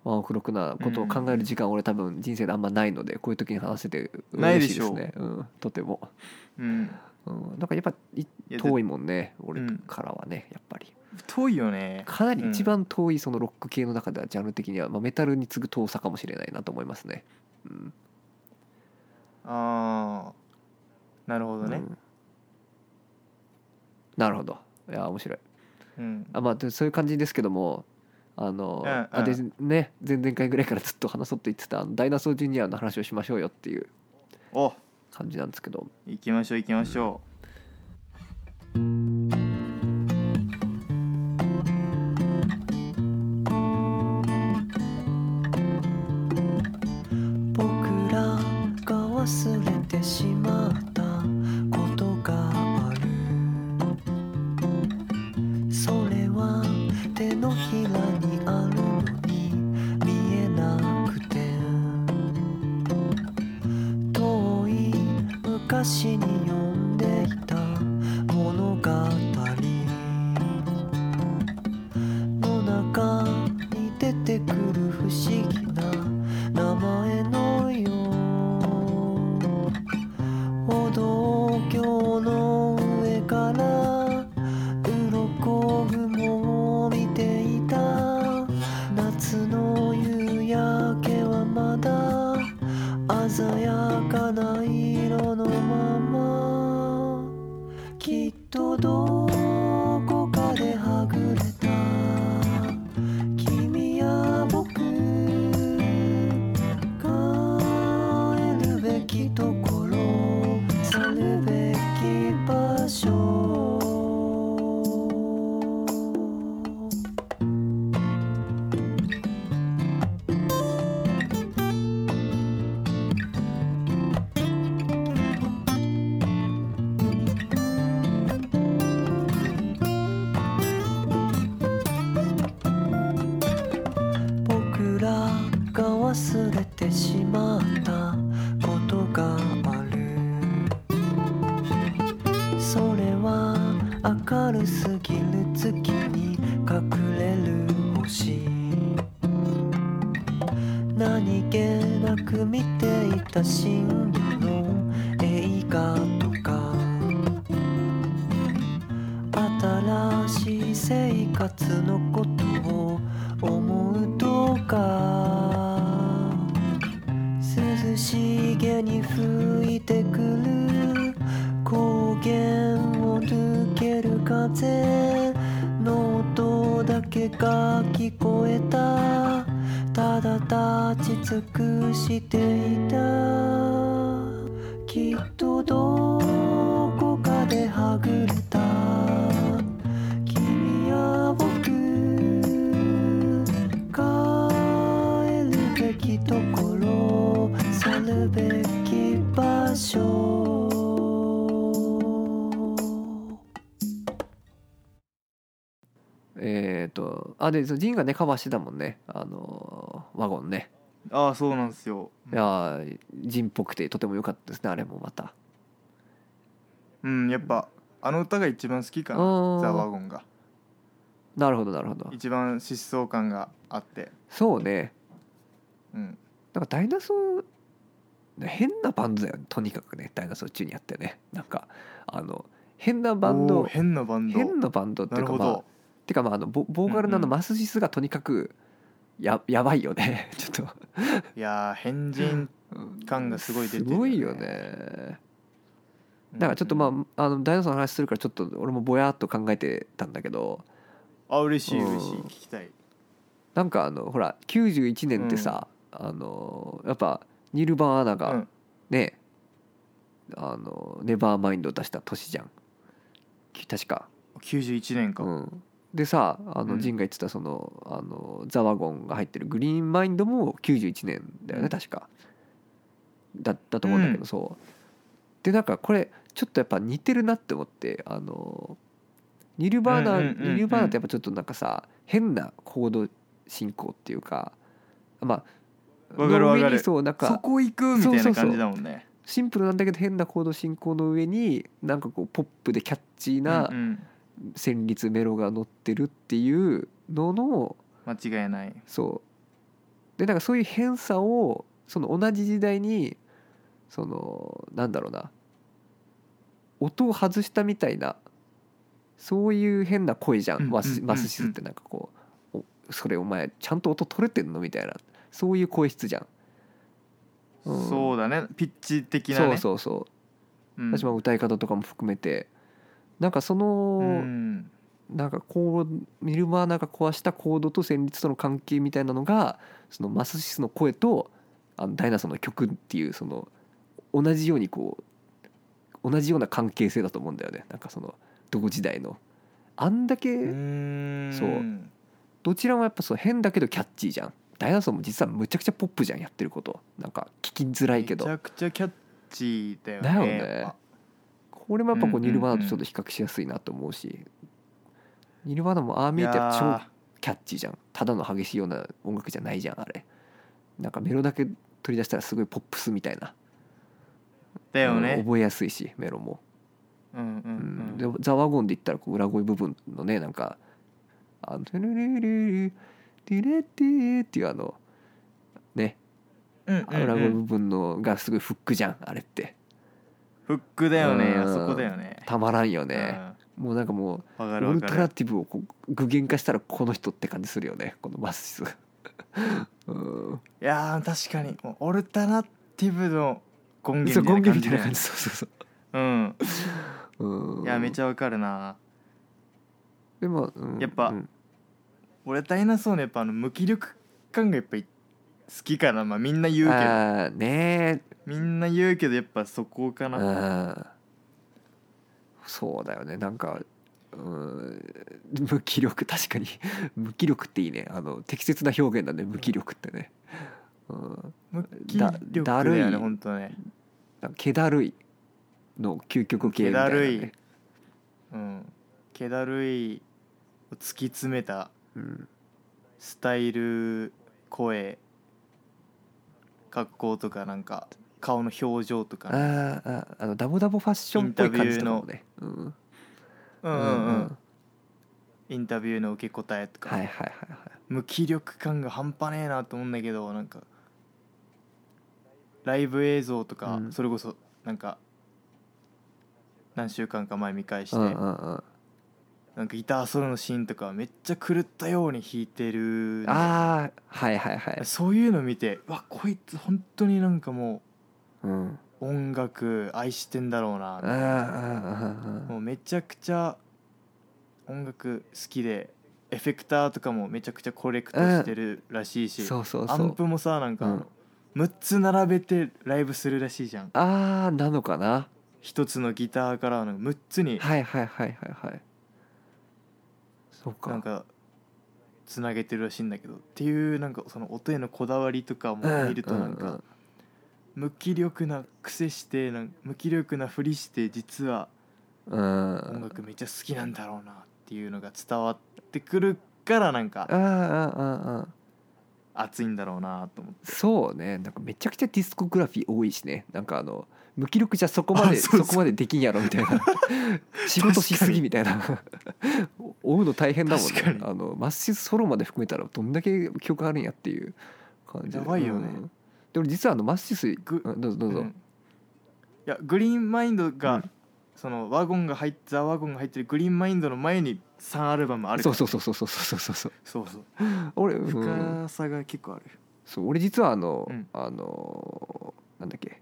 Speaker 2: ワンオクロックなことを考える時間、俺多分人生であんまないのでこういう時に話せて
Speaker 1: ない
Speaker 2: 嬉
Speaker 1: で
Speaker 2: し
Speaker 1: し
Speaker 2: いで
Speaker 1: ょ
Speaker 2: す
Speaker 1: う
Speaker 2: ねうん、とても、
Speaker 1: うん
Speaker 2: うん、なんかやっぱい
Speaker 1: いや
Speaker 2: 遠いもんね俺
Speaker 1: うん
Speaker 2: からはねやっぱり
Speaker 1: 遠いよね
Speaker 2: かなり一番遠いそのロック系の中ではジャンル的には、まあ、メタルに次ぐ遠さかもしれないなと思いますね。うん
Speaker 1: ああなるほど
Speaker 2: う
Speaker 1: ね
Speaker 2: んなるほどいや面白い
Speaker 1: うん
Speaker 2: あまあでそういう感じですけどもあの、
Speaker 1: うんうん
Speaker 2: あでね前々回ぐらいからずっと話そうと言ってたあのダイナソージュニアの話をしましょうよっていう
Speaker 1: お
Speaker 2: 感じなんですけど
Speaker 1: 行きましょう行きましょ
Speaker 3: 僕らが忘れてしまったことがあるそれは手のひらにあるのに見えなくて遠い昔に読んでいた物語の中に出てくる不思議な名前のよう歩道橋の上から鱗雲を見ていた夏の夕焼けはまだ鮮やかな色のままきっとどこかではぐれた君や僕帰るべきところ去るべき場所僕らが忘れてしまったことがあるそれは明るすぎる月に隠れる星何気なく見ていた深夜の映画とか新しい生活のことを思うとか涼しげに吹いてくる高原を抜ける風の音だけが聞こえたただ立ち尽くしていたきっとどこかではぐれた君や僕帰るべきところ去るべき場所
Speaker 2: えっ、とあでそうジンがねカバーしてたもんねあのーワゴンね
Speaker 1: うああそうなんですよ
Speaker 2: いやージンっぽくてとても良かったですねあれもまた
Speaker 1: うんやっぱあの歌が一番好きか
Speaker 2: あ
Speaker 1: な
Speaker 2: ー
Speaker 1: ザ・ワゴンが
Speaker 2: なるほどなるほど
Speaker 1: 一番疾走感があって
Speaker 2: そうね
Speaker 1: うん
Speaker 2: なんかダイナソー変なバンドだよねとにかくねダイナソージュニアってねなんかあの変なバン
Speaker 1: おー
Speaker 2: ド
Speaker 1: 変なバンド
Speaker 2: 変なバンドって
Speaker 1: ないるほ
Speaker 2: うかまあ
Speaker 1: ど
Speaker 2: てかまああのボボーカルのあの
Speaker 1: うんうん
Speaker 2: マスジスがとにかくややばいよね *laughs* ちょっと
Speaker 1: いやー変人
Speaker 2: うん
Speaker 1: 感がすごい出てるよね
Speaker 2: すごいよねだからちょっとまああのダイナソーの話するからちょっと俺もぼやっと考えてたんだけど
Speaker 1: ああ嬉しい
Speaker 2: うん
Speaker 1: 嬉しい聞きたい
Speaker 2: なんかあのほら91年ってさ、あのやっぱニルバーナ
Speaker 1: う
Speaker 2: が
Speaker 1: ん
Speaker 2: ね、あのネバーマインドを出した年じゃんき確か、
Speaker 1: 91年か
Speaker 2: うん、でさあの、
Speaker 1: うん
Speaker 2: ジンが言ってたそのあのザワゴンが入ってるグリーンマインドも91年だよ
Speaker 1: う
Speaker 2: ね、
Speaker 1: ん
Speaker 2: 確かだだと思うんだけど、
Speaker 1: うん
Speaker 2: そうでなんかこれちょっとやっぱ似てるなって思ってあのニルバーナ、
Speaker 1: うんうんうんうん
Speaker 2: ニルバーナってやっぱちょっとなんかさ変な行動進行っていうかまあ
Speaker 1: わかるわかる
Speaker 2: の上にそうなんか
Speaker 1: そこ行くみたいな感じだもんね
Speaker 2: シンプルなんだけど変なコード進行の上になんかこうポップでキャッチーな
Speaker 1: うんうん
Speaker 2: 旋律メロが乗ってるっていうのの
Speaker 1: 間違いない
Speaker 2: そでなんかそういう変さをその同じ時代にそのなんだろうな音を外したみたいなそういう変な声じゃ
Speaker 1: うん
Speaker 2: んマ
Speaker 1: うんうん
Speaker 2: ス
Speaker 1: うん
Speaker 2: マスシスってなんかこうおそれお前ちゃんと音取れてんのみたいなそういう声質じゃん。うん
Speaker 1: そうだねピッチ的なね
Speaker 2: そうそうそう
Speaker 1: うん、
Speaker 2: 私も歌い方とかも含めてなんかその、
Speaker 1: うん
Speaker 2: なんかこうミルマーナが壊したコードと旋律との関係みたいなのがそのマスシスの声とあのダイナソーの曲っていうその同じようにこう同じような関係性だと思うんだよねなんかその同時代のあんだ
Speaker 1: う
Speaker 2: け
Speaker 1: ーん
Speaker 2: そうどちらもやっぱそう変だけどキャッチーじゃんダイナソーも実はむちゃくちゃポップじゃんやってることなんか聞きづらいけど
Speaker 1: めちゃくちゃキャッチーだよね
Speaker 2: だよね
Speaker 1: やっぱ
Speaker 2: これもやっぱこ
Speaker 1: う
Speaker 2: う
Speaker 1: うん
Speaker 2: ん
Speaker 1: うん
Speaker 2: ニルバーナとちょっと比較しやすいなと思うし、ニルバーナもああ見えてやっぱ
Speaker 1: い
Speaker 2: 超
Speaker 1: やー
Speaker 2: キャッチーじゃんただの激しいような音楽じゃないじゃんあれなんかメロだけ取り出したらすごいポップスみたいな、
Speaker 1: だよ
Speaker 2: うん
Speaker 1: ね
Speaker 2: 覚えやすいしメロも、
Speaker 1: うんう
Speaker 2: うんん
Speaker 1: う
Speaker 2: で
Speaker 1: ん
Speaker 2: ザワゴンで言ったらこう裏声部分のねなんか「あのトゥルルルルディレッティ」っていうあのね
Speaker 1: うん
Speaker 2: あの裏声部分のがすごいフックじゃんあれって
Speaker 1: フックだよね
Speaker 2: うん
Speaker 1: あそこだよね
Speaker 2: たまらんよね、もうなんかもう
Speaker 1: うんわかる
Speaker 2: オ
Speaker 1: わ
Speaker 2: ル
Speaker 1: か
Speaker 2: タ
Speaker 1: る
Speaker 2: ナティブをこう具現化したらこの人って感じするよねこのマ
Speaker 1: *laughs*
Speaker 2: スシスうん
Speaker 1: いやー確かにもうオルタナティブの根
Speaker 2: そ
Speaker 1: 源
Speaker 2: うゴン
Speaker 1: みた
Speaker 2: ゲ
Speaker 1: いな感
Speaker 2: み
Speaker 1: じ
Speaker 2: た
Speaker 1: だ
Speaker 2: いな
Speaker 1: よ
Speaker 2: 感
Speaker 1: ね
Speaker 2: じそうそうそう
Speaker 1: うん
Speaker 2: うん
Speaker 1: いやめちゃわかるな
Speaker 2: でも、うん
Speaker 1: やっぱ
Speaker 2: うん
Speaker 1: 俺ダイナソーのやっぱあの無気力感がやっぱり好きかなまあみんな言うけど
Speaker 2: あーねえ
Speaker 1: みんな言うけどやっぱそこか
Speaker 2: う
Speaker 1: なん
Speaker 2: そうだよねなんかうん無気力確かに *laughs* 無気力っていいねあの適切な表現だね無気力ってね、うん、
Speaker 1: 無気力だよ
Speaker 2: だ
Speaker 1: ね
Speaker 2: るい
Speaker 1: 本当ね
Speaker 2: なんか気だるいの究極系みたいな、ね、
Speaker 1: 気だるいうん気だるいを突き詰めた
Speaker 2: うん、
Speaker 1: スタイル声格好とかなんか顔の表情と
Speaker 2: あ
Speaker 1: かね
Speaker 2: ーあーあのダボダボファッションっぽい感じとかもねうん
Speaker 1: う
Speaker 2: う
Speaker 1: うん
Speaker 2: ん
Speaker 1: うん
Speaker 2: は
Speaker 1: インタビューの受け答えと
Speaker 2: い
Speaker 1: か、
Speaker 2: はいはいはい
Speaker 1: 無気力感が半端ねえなと思うんだけどなんかライブ映像とか、
Speaker 2: うん
Speaker 1: それこそなんか何週間か前見返して、
Speaker 2: うんうんうん
Speaker 1: なんかギターソロのシーンとかめっちゃ狂ったように弾いてる
Speaker 2: ああはいはいはい
Speaker 1: そういうの見てうわこいつ本当になんかも
Speaker 2: うん
Speaker 1: う音楽愛してんだろうなみ
Speaker 2: あ
Speaker 1: たいな
Speaker 2: あ
Speaker 1: もうめちゃくちゃ音楽好きでエフェクターとかもめちゃくちゃコレクトしてるらしいし、
Speaker 2: そうそう
Speaker 1: ア
Speaker 2: そ
Speaker 1: ン
Speaker 2: う
Speaker 1: プもさなんか、
Speaker 2: うん
Speaker 1: 6つ並べてライブするらしいじゃん
Speaker 2: ああなのかな
Speaker 1: 1つのギターからの6つに
Speaker 2: はいはいはいはいはいそうか
Speaker 1: なんかつなげてるらしいんだけどっていうなんかその音へのこだわりとか
Speaker 2: う
Speaker 1: も見るとなん
Speaker 2: う
Speaker 1: か無気力な癖してなんか無気力なふりして実は
Speaker 2: うんうん
Speaker 1: 音楽めっちゃ好きなんだろうなっていうのが伝わってくるからなんか
Speaker 2: ああああ
Speaker 1: 熱いんだろうなと思って
Speaker 2: そうねなんかめちゃくちゃディスコグラフィー多いしねなんかあの無気力じゃそこまで
Speaker 1: あ
Speaker 2: そ
Speaker 1: そうそう
Speaker 2: こまでできんやろ
Speaker 1: *laughs*
Speaker 2: みたいな仕事しすぎみたいな追うの大変だもん
Speaker 1: 確か
Speaker 2: ね
Speaker 1: に
Speaker 2: あのマッシスソロまで含めたらどんだけ曲あるんやっていう感じで
Speaker 1: やばいよね
Speaker 2: うんでも実はあのマッシス
Speaker 1: ぐ
Speaker 2: うんどうぞどうぞ、
Speaker 1: うんいやグリーンマインドが、
Speaker 2: うん
Speaker 1: そのワゴンが入ってザワゴンが入ってるグリーンマインドの前に3アルバムあるか
Speaker 2: そ
Speaker 1: ら
Speaker 2: うそうそうそうそうそうそうそう
Speaker 1: そうそう
Speaker 2: 俺、うん
Speaker 1: 深さが結構ある、
Speaker 2: そう俺実はあの、
Speaker 1: うん
Speaker 2: あのーなんだっけ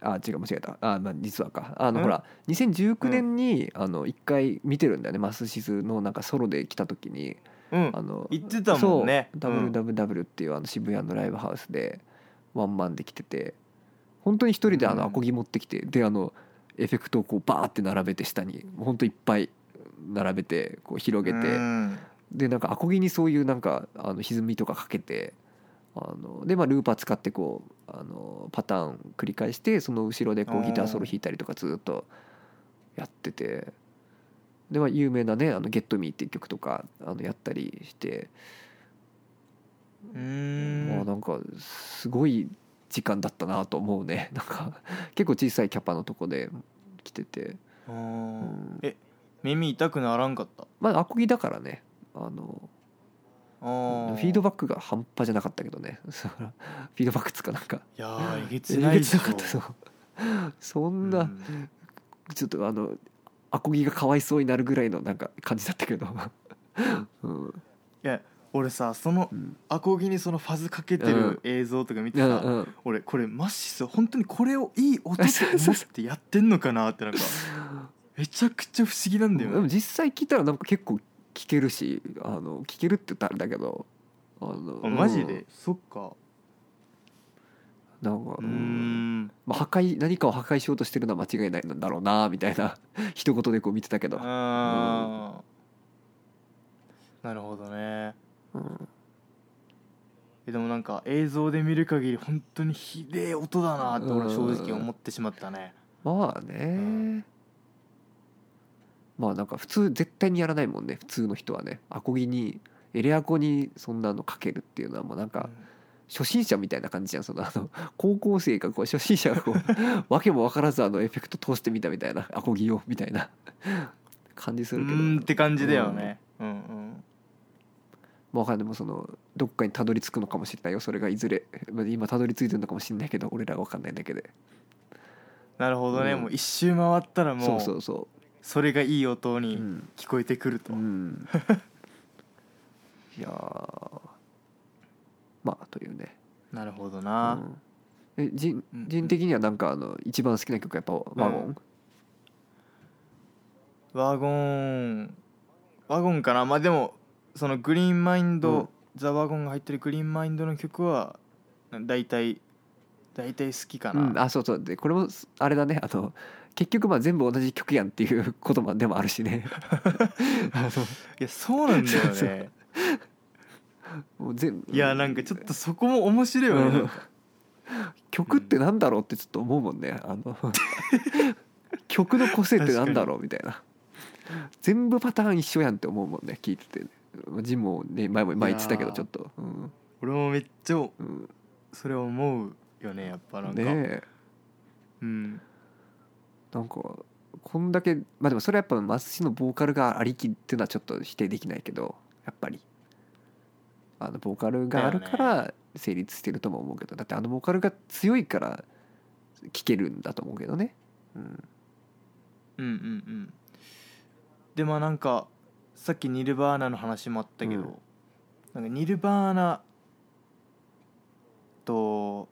Speaker 2: あ違う間違えたあ、まあ、実はかあの
Speaker 1: ん
Speaker 2: ほら2019年に、あの一回見てるんだよねマスシズのなんかソロで来た時に
Speaker 1: うん
Speaker 2: あの
Speaker 1: 言ってたもんね
Speaker 2: そう
Speaker 1: うん
Speaker 2: WWW っていうあの渋谷のライブハウスでワンマンで来てて本当に一人であの
Speaker 1: うん
Speaker 2: アコギ持ってきて、であのエフェクトをこうバーって並べて下に本当いっぱい並べてこう広げて。
Speaker 1: うん
Speaker 2: でなんかアコギにそういうなんかあの歪みとかかけてあのでまあルーパー使ってこうあのパターン繰り返してその後ろでこ
Speaker 1: あ
Speaker 2: う
Speaker 1: ー
Speaker 2: ギターソロ弾いたりとかずっとやっててでまあ有名なね「あのゲットミーっていう曲とかあのやったりして
Speaker 1: うー
Speaker 2: まあ
Speaker 1: ん
Speaker 2: なんかすごい時間だったなと思うね *laughs* なんか結構小さいキャパのとこで来てて
Speaker 1: あー
Speaker 2: ん
Speaker 1: え耳痛くならんかった
Speaker 2: まあアコギだからねあの
Speaker 1: フ
Speaker 2: フィードバックが半端じゃなかったけどね *laughs* そのフィードバックつかなんか
Speaker 1: いやーえげつ
Speaker 2: え
Speaker 1: ない
Speaker 2: げ
Speaker 1: で
Speaker 2: つ
Speaker 1: しょ
Speaker 2: なかったそう *laughs* そんな、
Speaker 1: うん
Speaker 2: ちょっとあのアコギがかわいそうになるぐらいのなんか感じだったけ
Speaker 1: *laughs*
Speaker 2: ど、うん
Speaker 1: いや俺さその
Speaker 2: うん
Speaker 1: アコギにそのファズかけて
Speaker 2: う
Speaker 1: る
Speaker 2: ん
Speaker 1: 映像とか見て
Speaker 2: う
Speaker 1: さ、
Speaker 2: んうん、
Speaker 1: 俺これマッシス本当にこれをいい音と
Speaker 2: そうそ
Speaker 1: 思っ
Speaker 2: うそ
Speaker 1: てやってんのかな *laughs* ってなんかめちゃくちゃ不思議なんだ
Speaker 2: で
Speaker 1: よ
Speaker 2: も
Speaker 1: ね
Speaker 2: 実際聞いたらなんか結構聞けるしあの聞けるって言ったらあれだけどあの
Speaker 1: あマジで、
Speaker 2: うん
Speaker 1: そっか
Speaker 2: なんか、
Speaker 1: う
Speaker 2: う
Speaker 1: ー
Speaker 2: ん
Speaker 1: ん
Speaker 2: まあ、破壊何かを破壊しようとしてるのは間違いないんだろうなみたいな *laughs* 一言でこう見てたけど、
Speaker 1: あーなるほどね
Speaker 2: うん
Speaker 1: えでもなんか映像で見る限り本当にひでえ音だなって俺正直思ってしまったね
Speaker 2: まあね、
Speaker 1: ん
Speaker 2: まあなんか普通絶対にやらないもんね普通の人はねアコギにエレアコにそんなのかけるっていうのはもうなんか初心者みたいな感じじゃんそのあの高校生がこう初心者がこうわけも分からずあのエフェクト通してみたみたいなアコギをみたいな感じす
Speaker 1: う
Speaker 2: る
Speaker 1: ん
Speaker 2: け
Speaker 1: う
Speaker 2: ど
Speaker 1: んって感じだよねうんうん
Speaker 2: まあわかんないもうそのどっかにたどり着くのかもしれないよそれがいずれまあ今たどり着いてるのかもしれないけど俺らが分かんないだけで
Speaker 1: なるほどね、
Speaker 2: うん
Speaker 1: もう一周回ったら
Speaker 2: そ
Speaker 1: も
Speaker 2: うそううそ
Speaker 1: それがいい音
Speaker 2: うう
Speaker 1: に
Speaker 2: ん、
Speaker 1: 聞こえてくると、
Speaker 2: うん *laughs* いやーまあというね
Speaker 1: なるほど
Speaker 2: う
Speaker 1: な、
Speaker 2: んえ人
Speaker 1: うん
Speaker 2: 人的にはなんかあの一番好きな曲はやっぱワゴン、
Speaker 1: うんワゴンワゴンかなまあでもそのグリーンマインド、
Speaker 2: うん
Speaker 1: ザ・ワゴンが入ってるグリーンマインドの曲は大体大体好きかな、
Speaker 2: うん、あそうそうでこれもすあれだねあの結局まあ全部同じ曲やんっていうこともでもあるし
Speaker 1: *laughs*
Speaker 2: ねあ
Speaker 1: いやそうなんだよね
Speaker 2: そうそうのもう全
Speaker 1: いやなんかちょっとそこも面白いよね、
Speaker 2: うん曲ってなんだろうってちょっと思うもんねあの *laughs* 曲の個性ってなんだろうみたいな全部パターン一緒やんって思うもんね聞いてて、ね、ジムもね前も前言ってたけど
Speaker 1: いやー
Speaker 2: ちょっとうん、
Speaker 1: 俺もめっちゃ
Speaker 2: うん、
Speaker 1: それ思うよねやっぱなんか、
Speaker 2: ねえ
Speaker 1: うん
Speaker 2: なんかこんだけまあでもそれはやっぱ松氏のボーカルがありきっていうのはちょっと否定できないけどやっぱりあのボーカルがあるから成立してるとも思うけどだってあのボーカルが強いから聴けるんだと思うけどね、うん、
Speaker 1: うんうんうんでまあなんかさっきニルバーナの話もあったけど、
Speaker 2: うん
Speaker 1: なんかニルバーナと、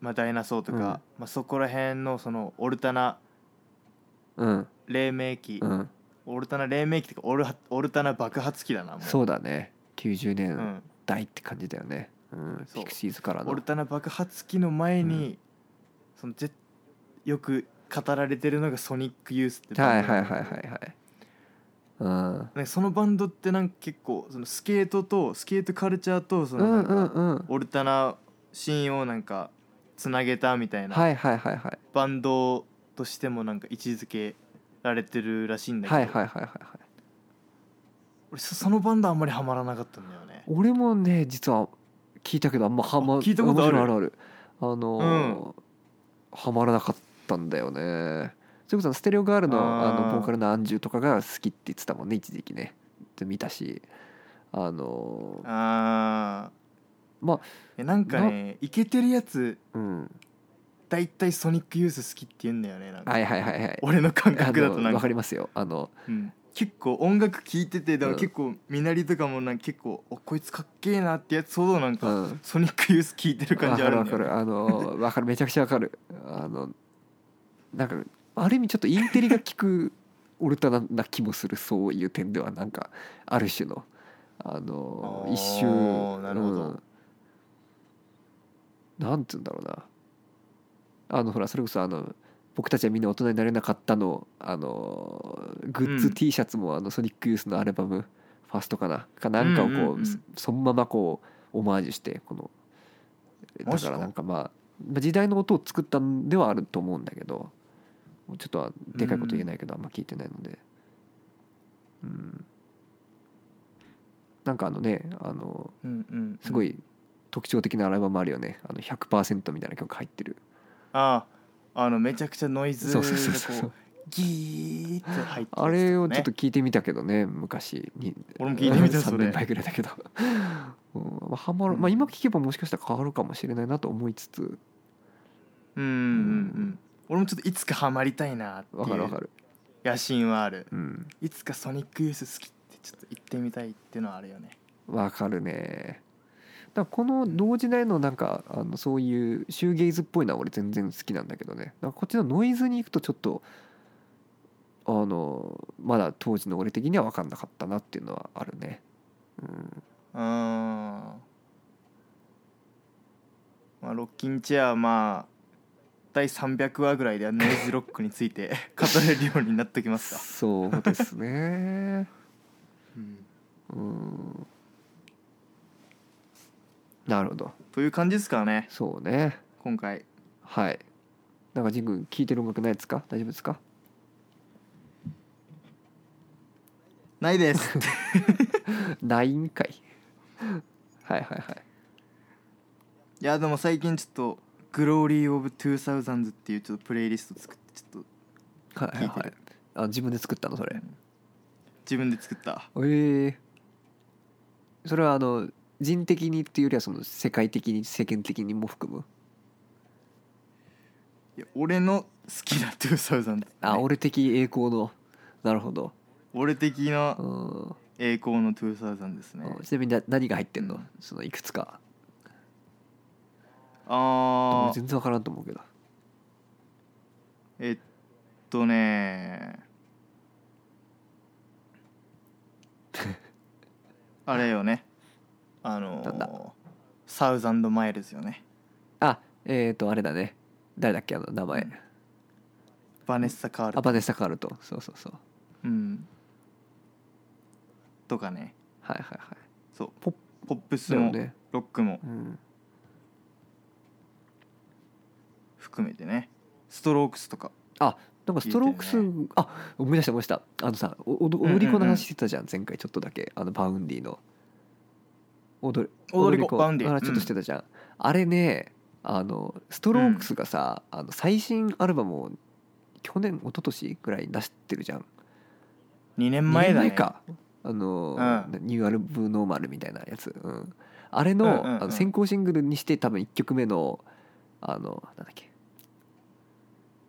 Speaker 1: まあ、ダイナソーとか、
Speaker 2: うん
Speaker 1: まあ、そこら辺のそのオルタナ
Speaker 2: うん
Speaker 1: 黎明期、
Speaker 2: うん
Speaker 1: オルタナ黎明期とかオルハオルタナ爆発期だなもう
Speaker 2: そうだね90
Speaker 1: う
Speaker 2: 年
Speaker 1: ん、
Speaker 2: 代って感じだよね、うん、
Speaker 1: そう
Speaker 2: ピクシーズから
Speaker 1: オ
Speaker 2: の
Speaker 1: ルタナ爆発期の前に、そのぜよく語られてるのがソニックユースって
Speaker 2: はい
Speaker 1: バ
Speaker 2: はい
Speaker 1: ンド
Speaker 2: はいはいはいうん
Speaker 1: なんかそのバンドってなんか結構そのスケートとスケートカルチャーとそうのなんんか、
Speaker 2: うんうん
Speaker 1: オルタナシーンをなんかつなげたみたいな、
Speaker 2: はいはいはいはい
Speaker 1: バンドとしてもなんか位置づけられてるらしいんだけど、
Speaker 2: はいはいはいはいはい
Speaker 1: 俺そそのバンドあんまりハマらなかったんだよね
Speaker 2: 俺もね実は聞いたけどあんまハマ
Speaker 1: あ聞いたことある
Speaker 2: 面白あるあるあのーハマらなかったんだよねそれこそステレオガールの
Speaker 1: あー
Speaker 2: あのボーカルのアンジュとかが好きって言ってたもんね一時期ねで見たしあのー
Speaker 1: あー
Speaker 2: まあ
Speaker 1: いやなんかねイケてるやつ
Speaker 2: うん
Speaker 1: だいたいソニックユース好きって言うんだよねなんか
Speaker 2: はいはいはいはい
Speaker 1: 俺の感
Speaker 2: あ
Speaker 1: 覚だと
Speaker 2: の
Speaker 1: なん
Speaker 2: わか
Speaker 1: か、
Speaker 2: りますよあの
Speaker 1: うん結構音楽聴いててでも
Speaker 2: うん
Speaker 1: 結構みなりとかもなんか結構おこいつかっけえなってやつほどなん
Speaker 2: う
Speaker 1: か、
Speaker 2: ん
Speaker 1: ソニックユース聴いてる感
Speaker 2: わ
Speaker 1: じ
Speaker 2: か
Speaker 1: あ
Speaker 2: る
Speaker 1: るん
Speaker 2: わ
Speaker 1: だ
Speaker 2: か
Speaker 1: よ、ね、
Speaker 2: るあのわかるめちゃくちゃわかるあのなんかある意味ちょっとインテリが効くオルタナな気もするそういう点ではなんかある種のあの
Speaker 1: あー
Speaker 2: 一周
Speaker 1: なるほど
Speaker 2: うんなんつうんだろうなあのほらそれこそあの僕たちはみんな大人になれなかったのあのグッ
Speaker 1: う
Speaker 2: ズ
Speaker 1: ん
Speaker 2: T シャツもあのソニックユースのアルバムファーストかなかなんかをこう、
Speaker 1: うんうんうん
Speaker 2: そのままこうオマージュしてこの
Speaker 1: マ
Speaker 2: だ
Speaker 1: ジか
Speaker 2: からなんかまあまあ時代の音を作ったんではあると思うんだけどもうちょっとはでかいこと言えないけどあんま聞いてないのでうんなんかあのねあの
Speaker 1: うんうんうん
Speaker 2: すごい特徴的なアルバムあるよねあの100%みたいな曲入ってる
Speaker 1: あああのめちゃくちゃノイズ
Speaker 2: そうそうそうそう
Speaker 1: がこギーって入って
Speaker 2: あれをちょっと聞いてみたけどね昔に
Speaker 1: 俺も聞いてみた
Speaker 2: うん
Speaker 1: そ
Speaker 2: 3
Speaker 1: れ
Speaker 2: 年前ぐらいだけど、 *laughs* うんまあ、ハマるまあ今聞けばもしかしたら変わるかもしれないなと思いつつ
Speaker 1: うんうんうん俺もちょっといつかハマりたいなってい
Speaker 2: わかるわか
Speaker 1: う
Speaker 2: る
Speaker 1: 野心はある
Speaker 2: うん
Speaker 1: いつかソニックユース好きってちょっと行ってみたいっていうのはあるよね
Speaker 2: わかるねだからこの同時代のなんかあのそういうシューゲイズっぽいのは俺全然好きなんだけどねなんかこっちのノイズに行くとちょっとあのまだ当時の俺的には分かんなかったなっていうのはあるねうん
Speaker 1: うんまあロッキンチェアはまあ第300話ぐらいではノイズロックについて *laughs* 語れるようになってきますか、
Speaker 2: そうですね
Speaker 1: うん
Speaker 2: うんなるほど
Speaker 1: という感じですかね
Speaker 2: そうね
Speaker 1: 今回
Speaker 2: はいなんかジン君聴いてる音楽ないですか大丈夫ですか
Speaker 1: ないです *laughs*
Speaker 2: ないんかいはいはいはい
Speaker 1: いやでも最近ちょっと「グローリー・オブ・2000」っていうちょっとプレイリスト作ってちょっと
Speaker 2: はいは
Speaker 1: 聞
Speaker 2: い
Speaker 1: い
Speaker 2: は
Speaker 1: て
Speaker 2: いあ自分で作ったのそれ
Speaker 1: 自分で作った
Speaker 2: ええそれはあの人的にっていうよりはその世界的に世間的にも含む
Speaker 1: いや俺の好きな2000、ね、
Speaker 2: あ俺的栄光のなるほど
Speaker 1: 俺的
Speaker 2: う
Speaker 1: なん栄光の2000ですね
Speaker 2: ちなみにな何が入ってん
Speaker 1: う
Speaker 2: の
Speaker 1: ん
Speaker 2: そのいくつか
Speaker 1: あー
Speaker 2: 全然わからんと思うけど
Speaker 1: えっと
Speaker 2: *laughs*
Speaker 1: ねあれよねあ
Speaker 2: なんだ
Speaker 1: のーサウザンドマイルズよね
Speaker 2: あえっ、とあれだね誰だっけあの名前、
Speaker 1: うんバネッサ・カー
Speaker 2: あ
Speaker 1: ル
Speaker 2: バネスタ・カールトそうそうそう
Speaker 1: うんとかね
Speaker 2: はいはいはい
Speaker 1: そう
Speaker 2: ポッ
Speaker 1: ポップス
Speaker 2: だよ
Speaker 1: も
Speaker 2: ね
Speaker 1: ロックも
Speaker 2: うん
Speaker 1: 含めてねストロークスとか
Speaker 2: なんかストロークス、
Speaker 1: 聞い
Speaker 2: あ思い出した思い出したあのさおおど踊り子の話してたじゃん,、前回ちょっとだけあのバウンディの踊り
Speaker 1: 踊り子バウンディ
Speaker 2: の話ちょっとしてたじゃん、あれねあのストロークスがさ、あの最新アルバムを去年一昨年ぐらいに出してるじゃん
Speaker 1: 2年前だね
Speaker 2: 二年かあの、
Speaker 1: うん
Speaker 2: ニューアルブノーマルみたいなやつ、うん、あれ
Speaker 1: うん
Speaker 2: の,、
Speaker 1: うんうん
Speaker 2: あの先行シングルにして多分1曲目のあのなんだっけ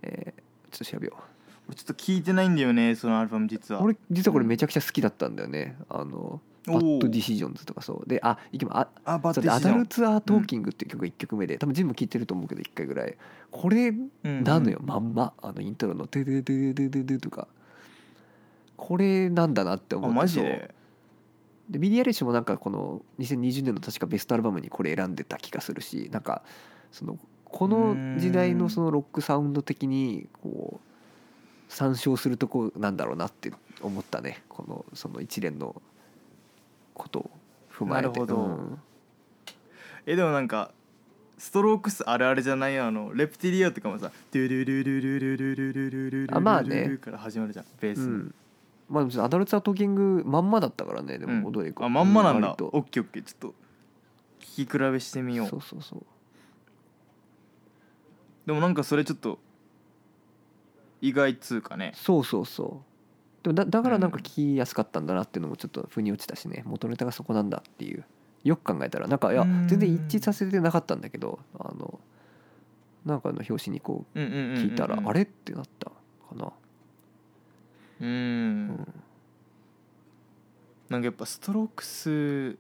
Speaker 2: えーちょっと調べよう
Speaker 1: 俺ちょっと聞いてないんだよねそのアルバム実は
Speaker 2: 俺実はこれ
Speaker 1: うん
Speaker 2: めちゃくちゃ好きだったんだよね、あの
Speaker 1: お
Speaker 2: バ
Speaker 1: ー
Speaker 2: ッドディシジョンズとかそうであいきまあ
Speaker 1: あバッ
Speaker 2: そ
Speaker 1: テ
Speaker 2: うで
Speaker 1: リ
Speaker 2: アダル
Speaker 1: ー
Speaker 2: ツ・アー・トーキングっていう曲が1曲目で、多分ジムも聴いてると思うけど1回ぐらいこれなのよ、まんまあのイントロの「ドゥドゥドゥドゥドゥドゥ」とかこれなんだなって思
Speaker 1: あ
Speaker 2: って
Speaker 1: マジ
Speaker 2: そう
Speaker 1: で
Speaker 2: でビリー・アイリッシュもなんかこの2020年の確かベストアルバムにこれ選んでた気がするしなんかそのこ
Speaker 1: うー
Speaker 2: の
Speaker 1: ん
Speaker 2: 時代のそのロックサウンド的にこう参照するとこなんだろうなって思ったねこのその一連のことを踏まえて
Speaker 1: なるほど
Speaker 2: うん
Speaker 1: えでもなんかストロークスあるあるじゃないあのレプティリアとかもさドゥルルルルルルルルルルル
Speaker 2: あまあね
Speaker 1: ルルから始まるじゃんベー
Speaker 2: う
Speaker 1: スの
Speaker 2: んまあでもアダルツ・アートーキングまんまだったからねで
Speaker 1: うん
Speaker 2: も踊り子
Speaker 1: あまんまなん
Speaker 2: 割
Speaker 1: だ
Speaker 2: と
Speaker 1: オッケーオッケーちょっと聞き比べしてみよ
Speaker 2: そううそうそう
Speaker 1: でもなんかそれちょっと意外っつうかね
Speaker 2: そうそうそうでもだだからなんか聞きやすかったんだなっていうのもちょっと腑に落ちたしね元ネタがそこなんだっていうよく考えたらなんかいや
Speaker 1: うん
Speaker 2: 全然一致させてなかったんだけどあのなんかの表紙にこ
Speaker 1: うんうんうん
Speaker 2: う
Speaker 1: うんうん
Speaker 2: 聞いたらあれってなったかな、
Speaker 1: う
Speaker 2: うんん、
Speaker 1: なんかやっぱストロークス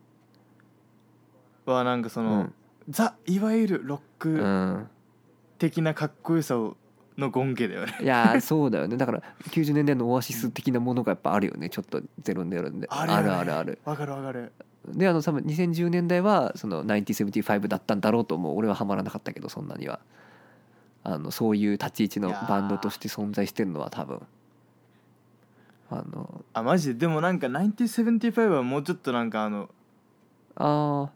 Speaker 1: はなんかそうの、
Speaker 2: ん
Speaker 1: ザいわゆるロッ
Speaker 2: う
Speaker 1: ク
Speaker 2: ん、
Speaker 1: 的なかっこよさをの権化だよね
Speaker 2: いやーそうだよねだから90年代のオアシス的なものがやっぱあるよねちょっとゼロゼロで
Speaker 1: あ
Speaker 2: あ
Speaker 1: る
Speaker 2: る
Speaker 1: よね
Speaker 2: あるある
Speaker 1: わかるわかる
Speaker 2: であの多分2010年代はその1975だったんだろうと思う俺はハマらなかったけどそんなにはあのそういう立ち位置の
Speaker 1: いやー
Speaker 2: バンドとして存在してるのは多分あの
Speaker 1: あマジででもなんか1975はもうちょっとなんかあの
Speaker 2: あ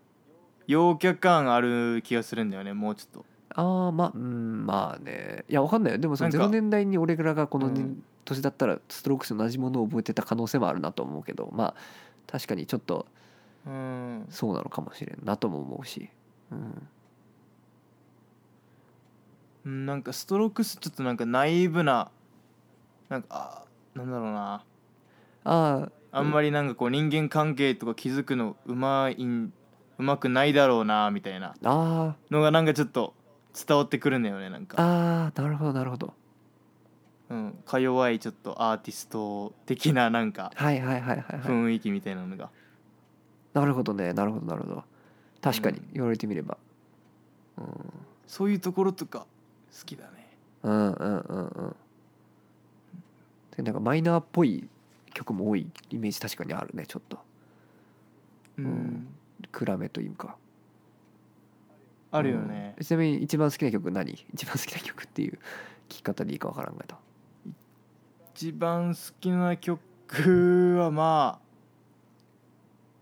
Speaker 1: 陽キャ感ある気がするんだよねもうちょっと
Speaker 2: ーあーまあうんまあねいやわかんないよでもその
Speaker 1: なんか
Speaker 2: 0年代に俺らがこの
Speaker 1: うん
Speaker 2: 年,、だったらストロークスの同じものを覚えてた可能性もあるなと思うけどまあ確かにちょっと
Speaker 1: うん
Speaker 2: そうなのかもしれんなとも思うし、うん、
Speaker 1: うんなんかストロークスちょっとなんかナイーブななんかあなんだろうな
Speaker 2: ああ
Speaker 1: あんまりなんかこう人間関係とか気づくのうまいんうまくないだろうなみたいな
Speaker 2: あ
Speaker 1: のがなんかちょっと伝わってくるんだよねなん
Speaker 2: ー
Speaker 1: か、
Speaker 2: あーなるほどなるほど
Speaker 1: うん、か弱いちょっとアーティスト的ななんか
Speaker 2: はいはいはいはい、はい、
Speaker 1: 雰囲気みたいなのが、
Speaker 2: なるほどねなるほどなるほど確かに
Speaker 1: うん
Speaker 2: 言われてみれば、うん、
Speaker 1: そういうところとか好きだね
Speaker 2: うんうんうんうんでなんかマイナーっぽい曲も多いイメージ確かにあるねちょっと
Speaker 1: うん、
Speaker 2: うん暗めというか
Speaker 1: あるよね
Speaker 2: うん、ちなみに一番好きな曲何一番好きな曲っていう聞き方でいいかわからんがと
Speaker 1: 一番好きな曲はまあ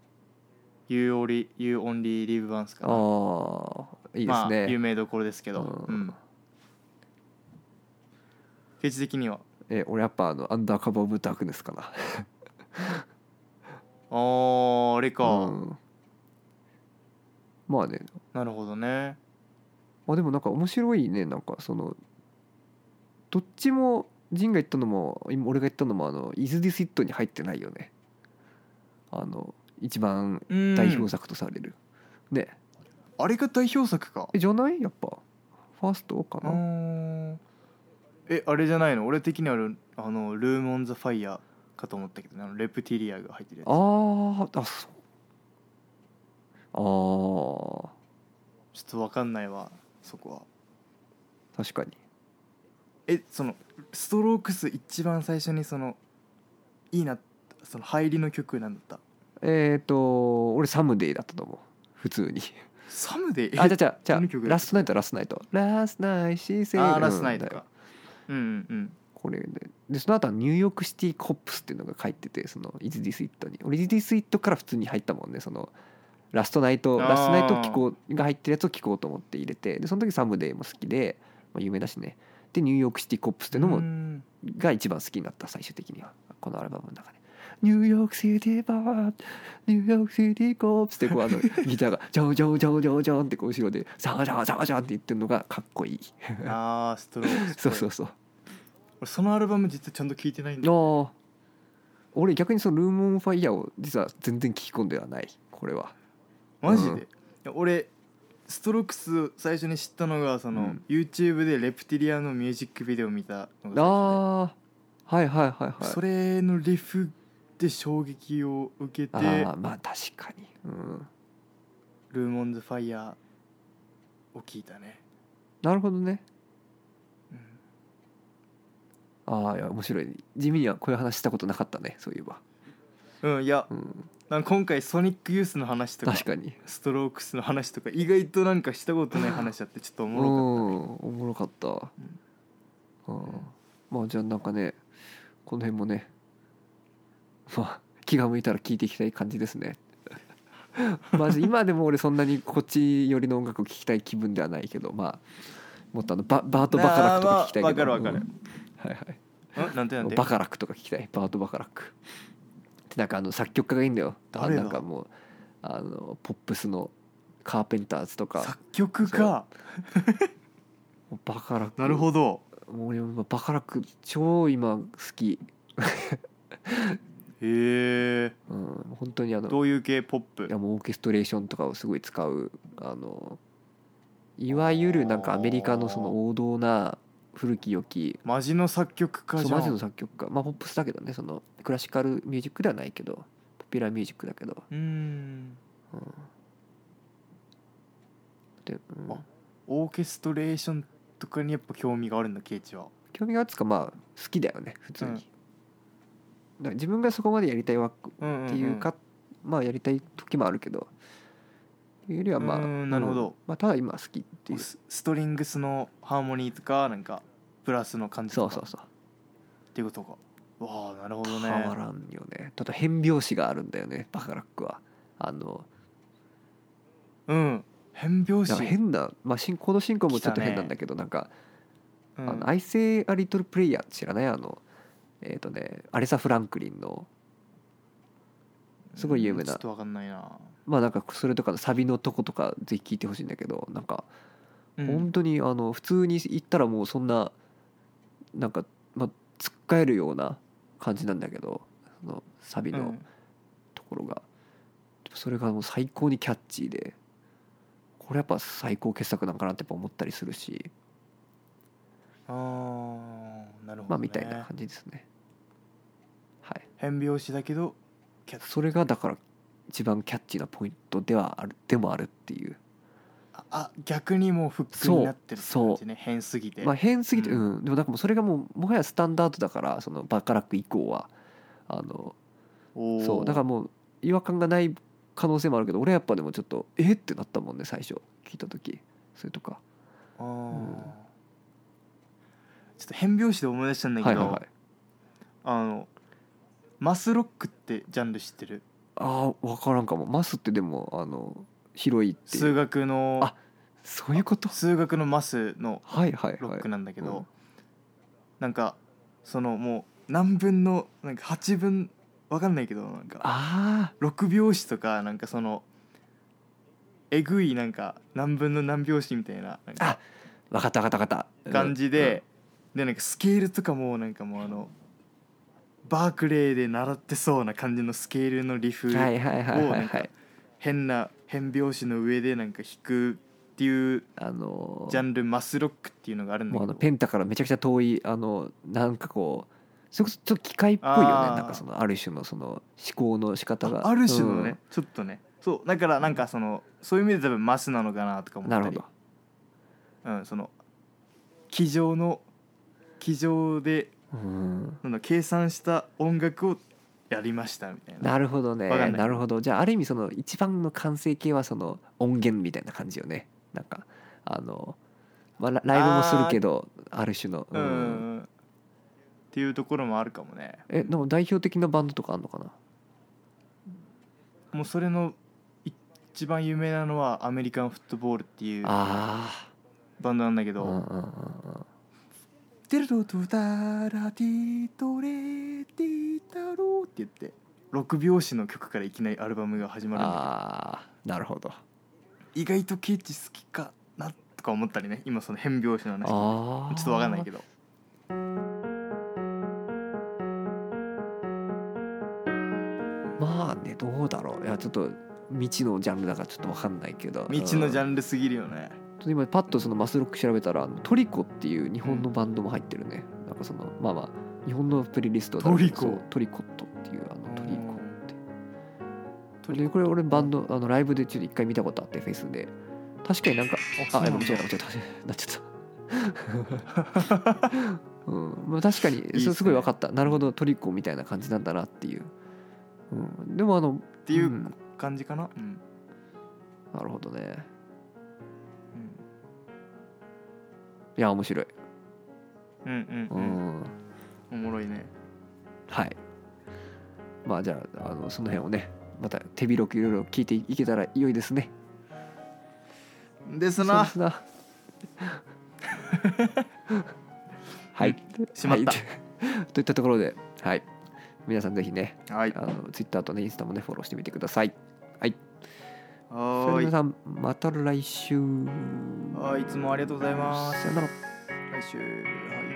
Speaker 1: 「You Only, you only Live Once」かな
Speaker 2: ああいいです
Speaker 1: まあ、有
Speaker 2: ね、
Speaker 1: 名どころですけど、
Speaker 2: うん
Speaker 1: うんフェチ的には
Speaker 2: え俺やっぱあの「アンダーカバー・オブ・ダークネス」かな
Speaker 1: あーあれか、
Speaker 2: うんまあね
Speaker 1: なるほどね
Speaker 2: まあでもなんか面白いねなんかそのどっちも仁が言ったのも今俺が言ったのもあの「イズ・ディス・イット」に入ってないよねあの一番
Speaker 1: うん
Speaker 2: 代表作とされる、ね
Speaker 1: あれが代表作か
Speaker 2: えじゃないやっぱファーストか
Speaker 1: う
Speaker 2: な、
Speaker 1: ーんえあれじゃないの俺的にはルあのルーム・オン・ザ・ファイヤーかと思ったけどねあのレプティリアが入ってるやつ
Speaker 2: あーあそうあ
Speaker 1: ちょっと分かんないわそこは
Speaker 2: ー確かに
Speaker 1: えそのストロークス一番最初にそのいいなその入りの曲なんだった
Speaker 2: えっ、と俺サムデイだったと思う普通に
Speaker 1: サムデイ
Speaker 2: あじゃあじゃあじゃ
Speaker 1: 何曲
Speaker 2: あ
Speaker 1: だ
Speaker 2: ラストナイトラストナイトラストナイトシーセ
Speaker 1: あーラスナイトかうんうん
Speaker 2: これででその後はニューヨークシティ・コップスっていうのが書いててその「イズ・ディス・イット」に俺「イズ・ディス・イット」から普通に入ったもんねそのラストナイト
Speaker 1: あー
Speaker 2: ラストナイト聞こうが入ってるやつを聞こうと思って入れてでその時サムデーも好きで、まあ、有名だしねでニューヨークシティ・コップスっていううのも *laughs*
Speaker 1: ん
Speaker 2: が一番好きになった最終的にはこのアルバムの中で「ニューヨークシティバーニューヨークシティコープス」ってこう
Speaker 1: *laughs*
Speaker 2: あのギターが「ジョンジョンジョンジョンジョン」ってこう後ろで「ザージャーザージャー」って言ってるのがかっこいい
Speaker 1: あーストロークス
Speaker 2: そうそうそう
Speaker 1: 俺そのアルバム実はちゃんと聞いてないんだ
Speaker 2: ああ俺逆にその「ルーム・オン・ファイヤー」を実は全然聞き込んではないこれは
Speaker 1: マジで、
Speaker 2: うん
Speaker 1: いや俺ストロークス最初に知ったのがその、
Speaker 2: うん
Speaker 1: YouTube でレプティリアのミュージックビデオ見たのが
Speaker 2: ああはいはいはいは
Speaker 1: 最
Speaker 2: い
Speaker 1: 初でそれのリフで衝撃を受けて
Speaker 2: ああまあ確かにうん
Speaker 1: 「ルーモンズ・ファイヤー」を聞いたね、
Speaker 2: なるほどね
Speaker 1: うん
Speaker 2: ああいや面白い地味にはこういう話したことなかったねそういえば、
Speaker 1: うん、いや
Speaker 2: うん、
Speaker 1: なんか今回ソニックユースの話とか
Speaker 2: 確かに
Speaker 1: ストロークスの話とか意外となんかしたことない話あってちょっとお
Speaker 2: お
Speaker 1: もろ
Speaker 2: おもろかった、うんまあじゃあなんかねこの辺もね *laughs* まあ気が向いたら聞いていきたい感じですね *laughs* マジ今でも俺そんなにこっち寄りの音楽を聴きたい気分ではないけどまあもっとあのババート・バカラックとか聞きたいけど
Speaker 1: あーまあわかるわかる
Speaker 2: うんはい
Speaker 1: かっ
Speaker 2: はい
Speaker 1: たんなんてなんて
Speaker 2: バカラックとか聞きたいバート・バカラックってなんかあの作曲家がいいんだよあ
Speaker 1: 誰だ
Speaker 2: なんかもうあのポップスのカーペンターズとか
Speaker 1: 作曲か
Speaker 2: もうバカラック
Speaker 1: なるほど
Speaker 2: もう俺もバカラック超今好き、
Speaker 1: へえ
Speaker 2: うん、本当にあ
Speaker 1: ど
Speaker 2: の
Speaker 1: ういう系ポップ
Speaker 2: いやもうオーケストレーションとかをすごい使うあのいわゆるなんかアメリカのその王道な古き良き
Speaker 1: マジの作曲家
Speaker 2: そう
Speaker 1: じゃん
Speaker 2: マジの作曲家まあポップスだけどねそのクラシカルミュージックではないけどポピュラーミュージックだけど、
Speaker 1: うーん
Speaker 2: うん、で、うん
Speaker 1: あオーケストレーションとかにやっぱ興味があるんだケイチは
Speaker 2: 興味があるっつうかまあ好きだよね普通に、だから自分がそこまでやりたいわ
Speaker 1: うんんん
Speaker 2: っていうか、まあやりたい時もあるけどいうよりはまあ
Speaker 1: うーんなるほど
Speaker 2: うんまあ、ただ今好きっていう
Speaker 1: スストリングスのハーモニーとかなんかプラスの感じと
Speaker 2: そう
Speaker 1: か
Speaker 2: そうそう
Speaker 1: っていうことかわあなるほど
Speaker 2: た
Speaker 1: ね
Speaker 2: まらんよねただ変拍子があるんだよねバカラックはあの
Speaker 1: うん変拍
Speaker 2: なん
Speaker 1: 子
Speaker 2: か変な、まあ、進行の進行もちょっと
Speaker 1: 来たね
Speaker 2: 変なんだけど、なんか
Speaker 1: う
Speaker 2: 「
Speaker 1: ん
Speaker 2: あのアイセイ・ア・リトル・プレイヤー」知らないあのえっ、とねアレサ・フランクリンのすごい有
Speaker 1: う
Speaker 2: 名な
Speaker 1: んちょっとわかんないな、
Speaker 2: まあなんかそれとかのサビのとことかぜひ聞いてほしいんだけどなんか
Speaker 1: うん
Speaker 2: 本当にあの普通に行ったらもうそんななんか、まあ、つっかえるような感じなんだけどそのサビ
Speaker 1: う
Speaker 2: の
Speaker 1: ん
Speaker 2: ところが、それがもう最高にキャッチーでこれやっぱ最高傑作なんかなってやっぱ思ったりするし
Speaker 1: あーなるほど、ね、
Speaker 2: まあみたいな感じですね。はい、
Speaker 1: 変拍子だけどキャッチ
Speaker 2: それがだから一番キャッチーなポイントではあるでもあるっていう
Speaker 1: ああ逆にもうフックになってるって
Speaker 2: そう
Speaker 1: 感じね変すぎて、
Speaker 2: まあ変すぎて、
Speaker 1: う
Speaker 2: うんんでもなんかもうそれがもうもはやスタンダードだからそのバカラック以降はあの
Speaker 1: おー
Speaker 2: そうだからもう違和感がない可能性もあるけど俺はやっぱでもちょっとえってなったもんね最初聞いた時それとか
Speaker 1: あー
Speaker 2: うん
Speaker 1: ちょっと変拍子で思い出したんだ
Speaker 2: は
Speaker 1: け
Speaker 2: い
Speaker 1: ど、
Speaker 2: はいはい
Speaker 1: あのマスロックってジャンル知ってる
Speaker 2: ああ分からんかもマスってでもあの広いってい
Speaker 1: 数
Speaker 2: う
Speaker 1: 学の
Speaker 2: あそういうこと
Speaker 1: 数学のマスの
Speaker 2: はいはい
Speaker 1: ロ
Speaker 2: は
Speaker 1: ッ
Speaker 2: い
Speaker 1: クなんだけど、
Speaker 2: うん
Speaker 1: なんかそのもう何分のなんか8分わかんないけどなんか
Speaker 2: あ
Speaker 1: 6拍子とかなんかそのえぐいなんか何分の何拍子みたいななんか
Speaker 2: ああ分かった分かった分かった
Speaker 1: 感じで、、でなんかスケールとかもなんかもうあのバークレーで習ってそうな感じのスケールのリ
Speaker 2: う
Speaker 1: フ
Speaker 2: んはいはいはい
Speaker 1: を
Speaker 2: は
Speaker 1: ないん
Speaker 2: は
Speaker 1: か
Speaker 2: い
Speaker 1: 変な変拍子の上でなんか弾くっていう
Speaker 2: あのー
Speaker 1: ジャンルマスロックっていうのがあるんだ
Speaker 2: もう
Speaker 1: け
Speaker 2: あ
Speaker 1: ど
Speaker 2: のペンタからめちゃくちゃ遠いあのなんかこうそれこそちょっと機械っぽいよね
Speaker 1: あー
Speaker 2: なんかそのある種のその思考の仕方が
Speaker 1: あある種のね、
Speaker 2: うん
Speaker 1: ちょっとねそうだからなんかそのそういう意味で多分マスなのかなとか思った
Speaker 2: な
Speaker 1: り
Speaker 2: るほど
Speaker 1: うん、その机上の机上で
Speaker 2: うん
Speaker 1: なんだ計算した音楽をやりましたみたいな
Speaker 2: なるほどね
Speaker 1: わかんない
Speaker 2: なるほどじゃあある意味その一番の完成形はその音源みたいな感じよねなんかあの、まあ、ラライブもするけどある種の、
Speaker 1: うんうんうんっていうところもあるかもね
Speaker 2: えでも代表的なバンドとかあんのかな
Speaker 1: もうそれのい一番有名なのはアメリカンフットボールっていう
Speaker 2: あ
Speaker 1: バンドなんだけ
Speaker 2: あ
Speaker 1: ど、
Speaker 2: うんうんうんうん
Speaker 1: テルトトゥタラティトレティタローって言って6拍子の曲からいきなりアルバムが始まるんだ
Speaker 2: ああなるほ
Speaker 1: け
Speaker 2: ど
Speaker 1: ど意外とケイチ好きかなとか思ったりね今その変拍子の話ちょ
Speaker 2: ああ
Speaker 1: っとわかんないけど
Speaker 2: まあねどうだろういやちょっと未知のジャンルだからちょっとわかんないけど
Speaker 1: 未知のジャ
Speaker 2: ル、
Speaker 1: ンルすぎるよね
Speaker 2: うん今パッとそのマスロック調べたらあのトリコっていう日本のバンドも入ってるね、なんかそのまあまあ日本のプレイリストだろうけど
Speaker 1: トリコ
Speaker 2: そうトリコットっていうあのトリコって
Speaker 1: ト
Speaker 2: でこれ俺バンドあのライブでちょっと一回見たことあってフェイスで確かになんか
Speaker 1: あそう
Speaker 2: あ
Speaker 1: な
Speaker 2: で
Speaker 1: んだ
Speaker 2: も間違えた間違えた間違えたなっちゃった *laughs* うんまあ確かに
Speaker 1: っすね
Speaker 2: そうすごい分かったなるほどトリコみたいな感じなんだなっていう、うん、でもあのっ
Speaker 1: っていうん感じかなうん、
Speaker 2: なるほどね
Speaker 1: うん
Speaker 2: いや面白い
Speaker 1: うんう
Speaker 2: うんん
Speaker 1: うんおもろいね
Speaker 2: はいまあじゃああのその辺をねまた手広くいろいろ聞いていけたら良いですね
Speaker 1: です
Speaker 2: そう
Speaker 1: な
Speaker 2: で
Speaker 1: *laughs*
Speaker 2: すなはい
Speaker 1: しまった
Speaker 2: はいとい *laughs* ったところではい皆さんぜひね
Speaker 1: はい
Speaker 2: あのツイッターとねインスタもねフォローしてみてくださいはいそ
Speaker 1: はー
Speaker 2: れでは皆
Speaker 1: い
Speaker 2: さんまた来週
Speaker 1: はいいつもありがとうございます
Speaker 2: さよなら
Speaker 1: 来週はい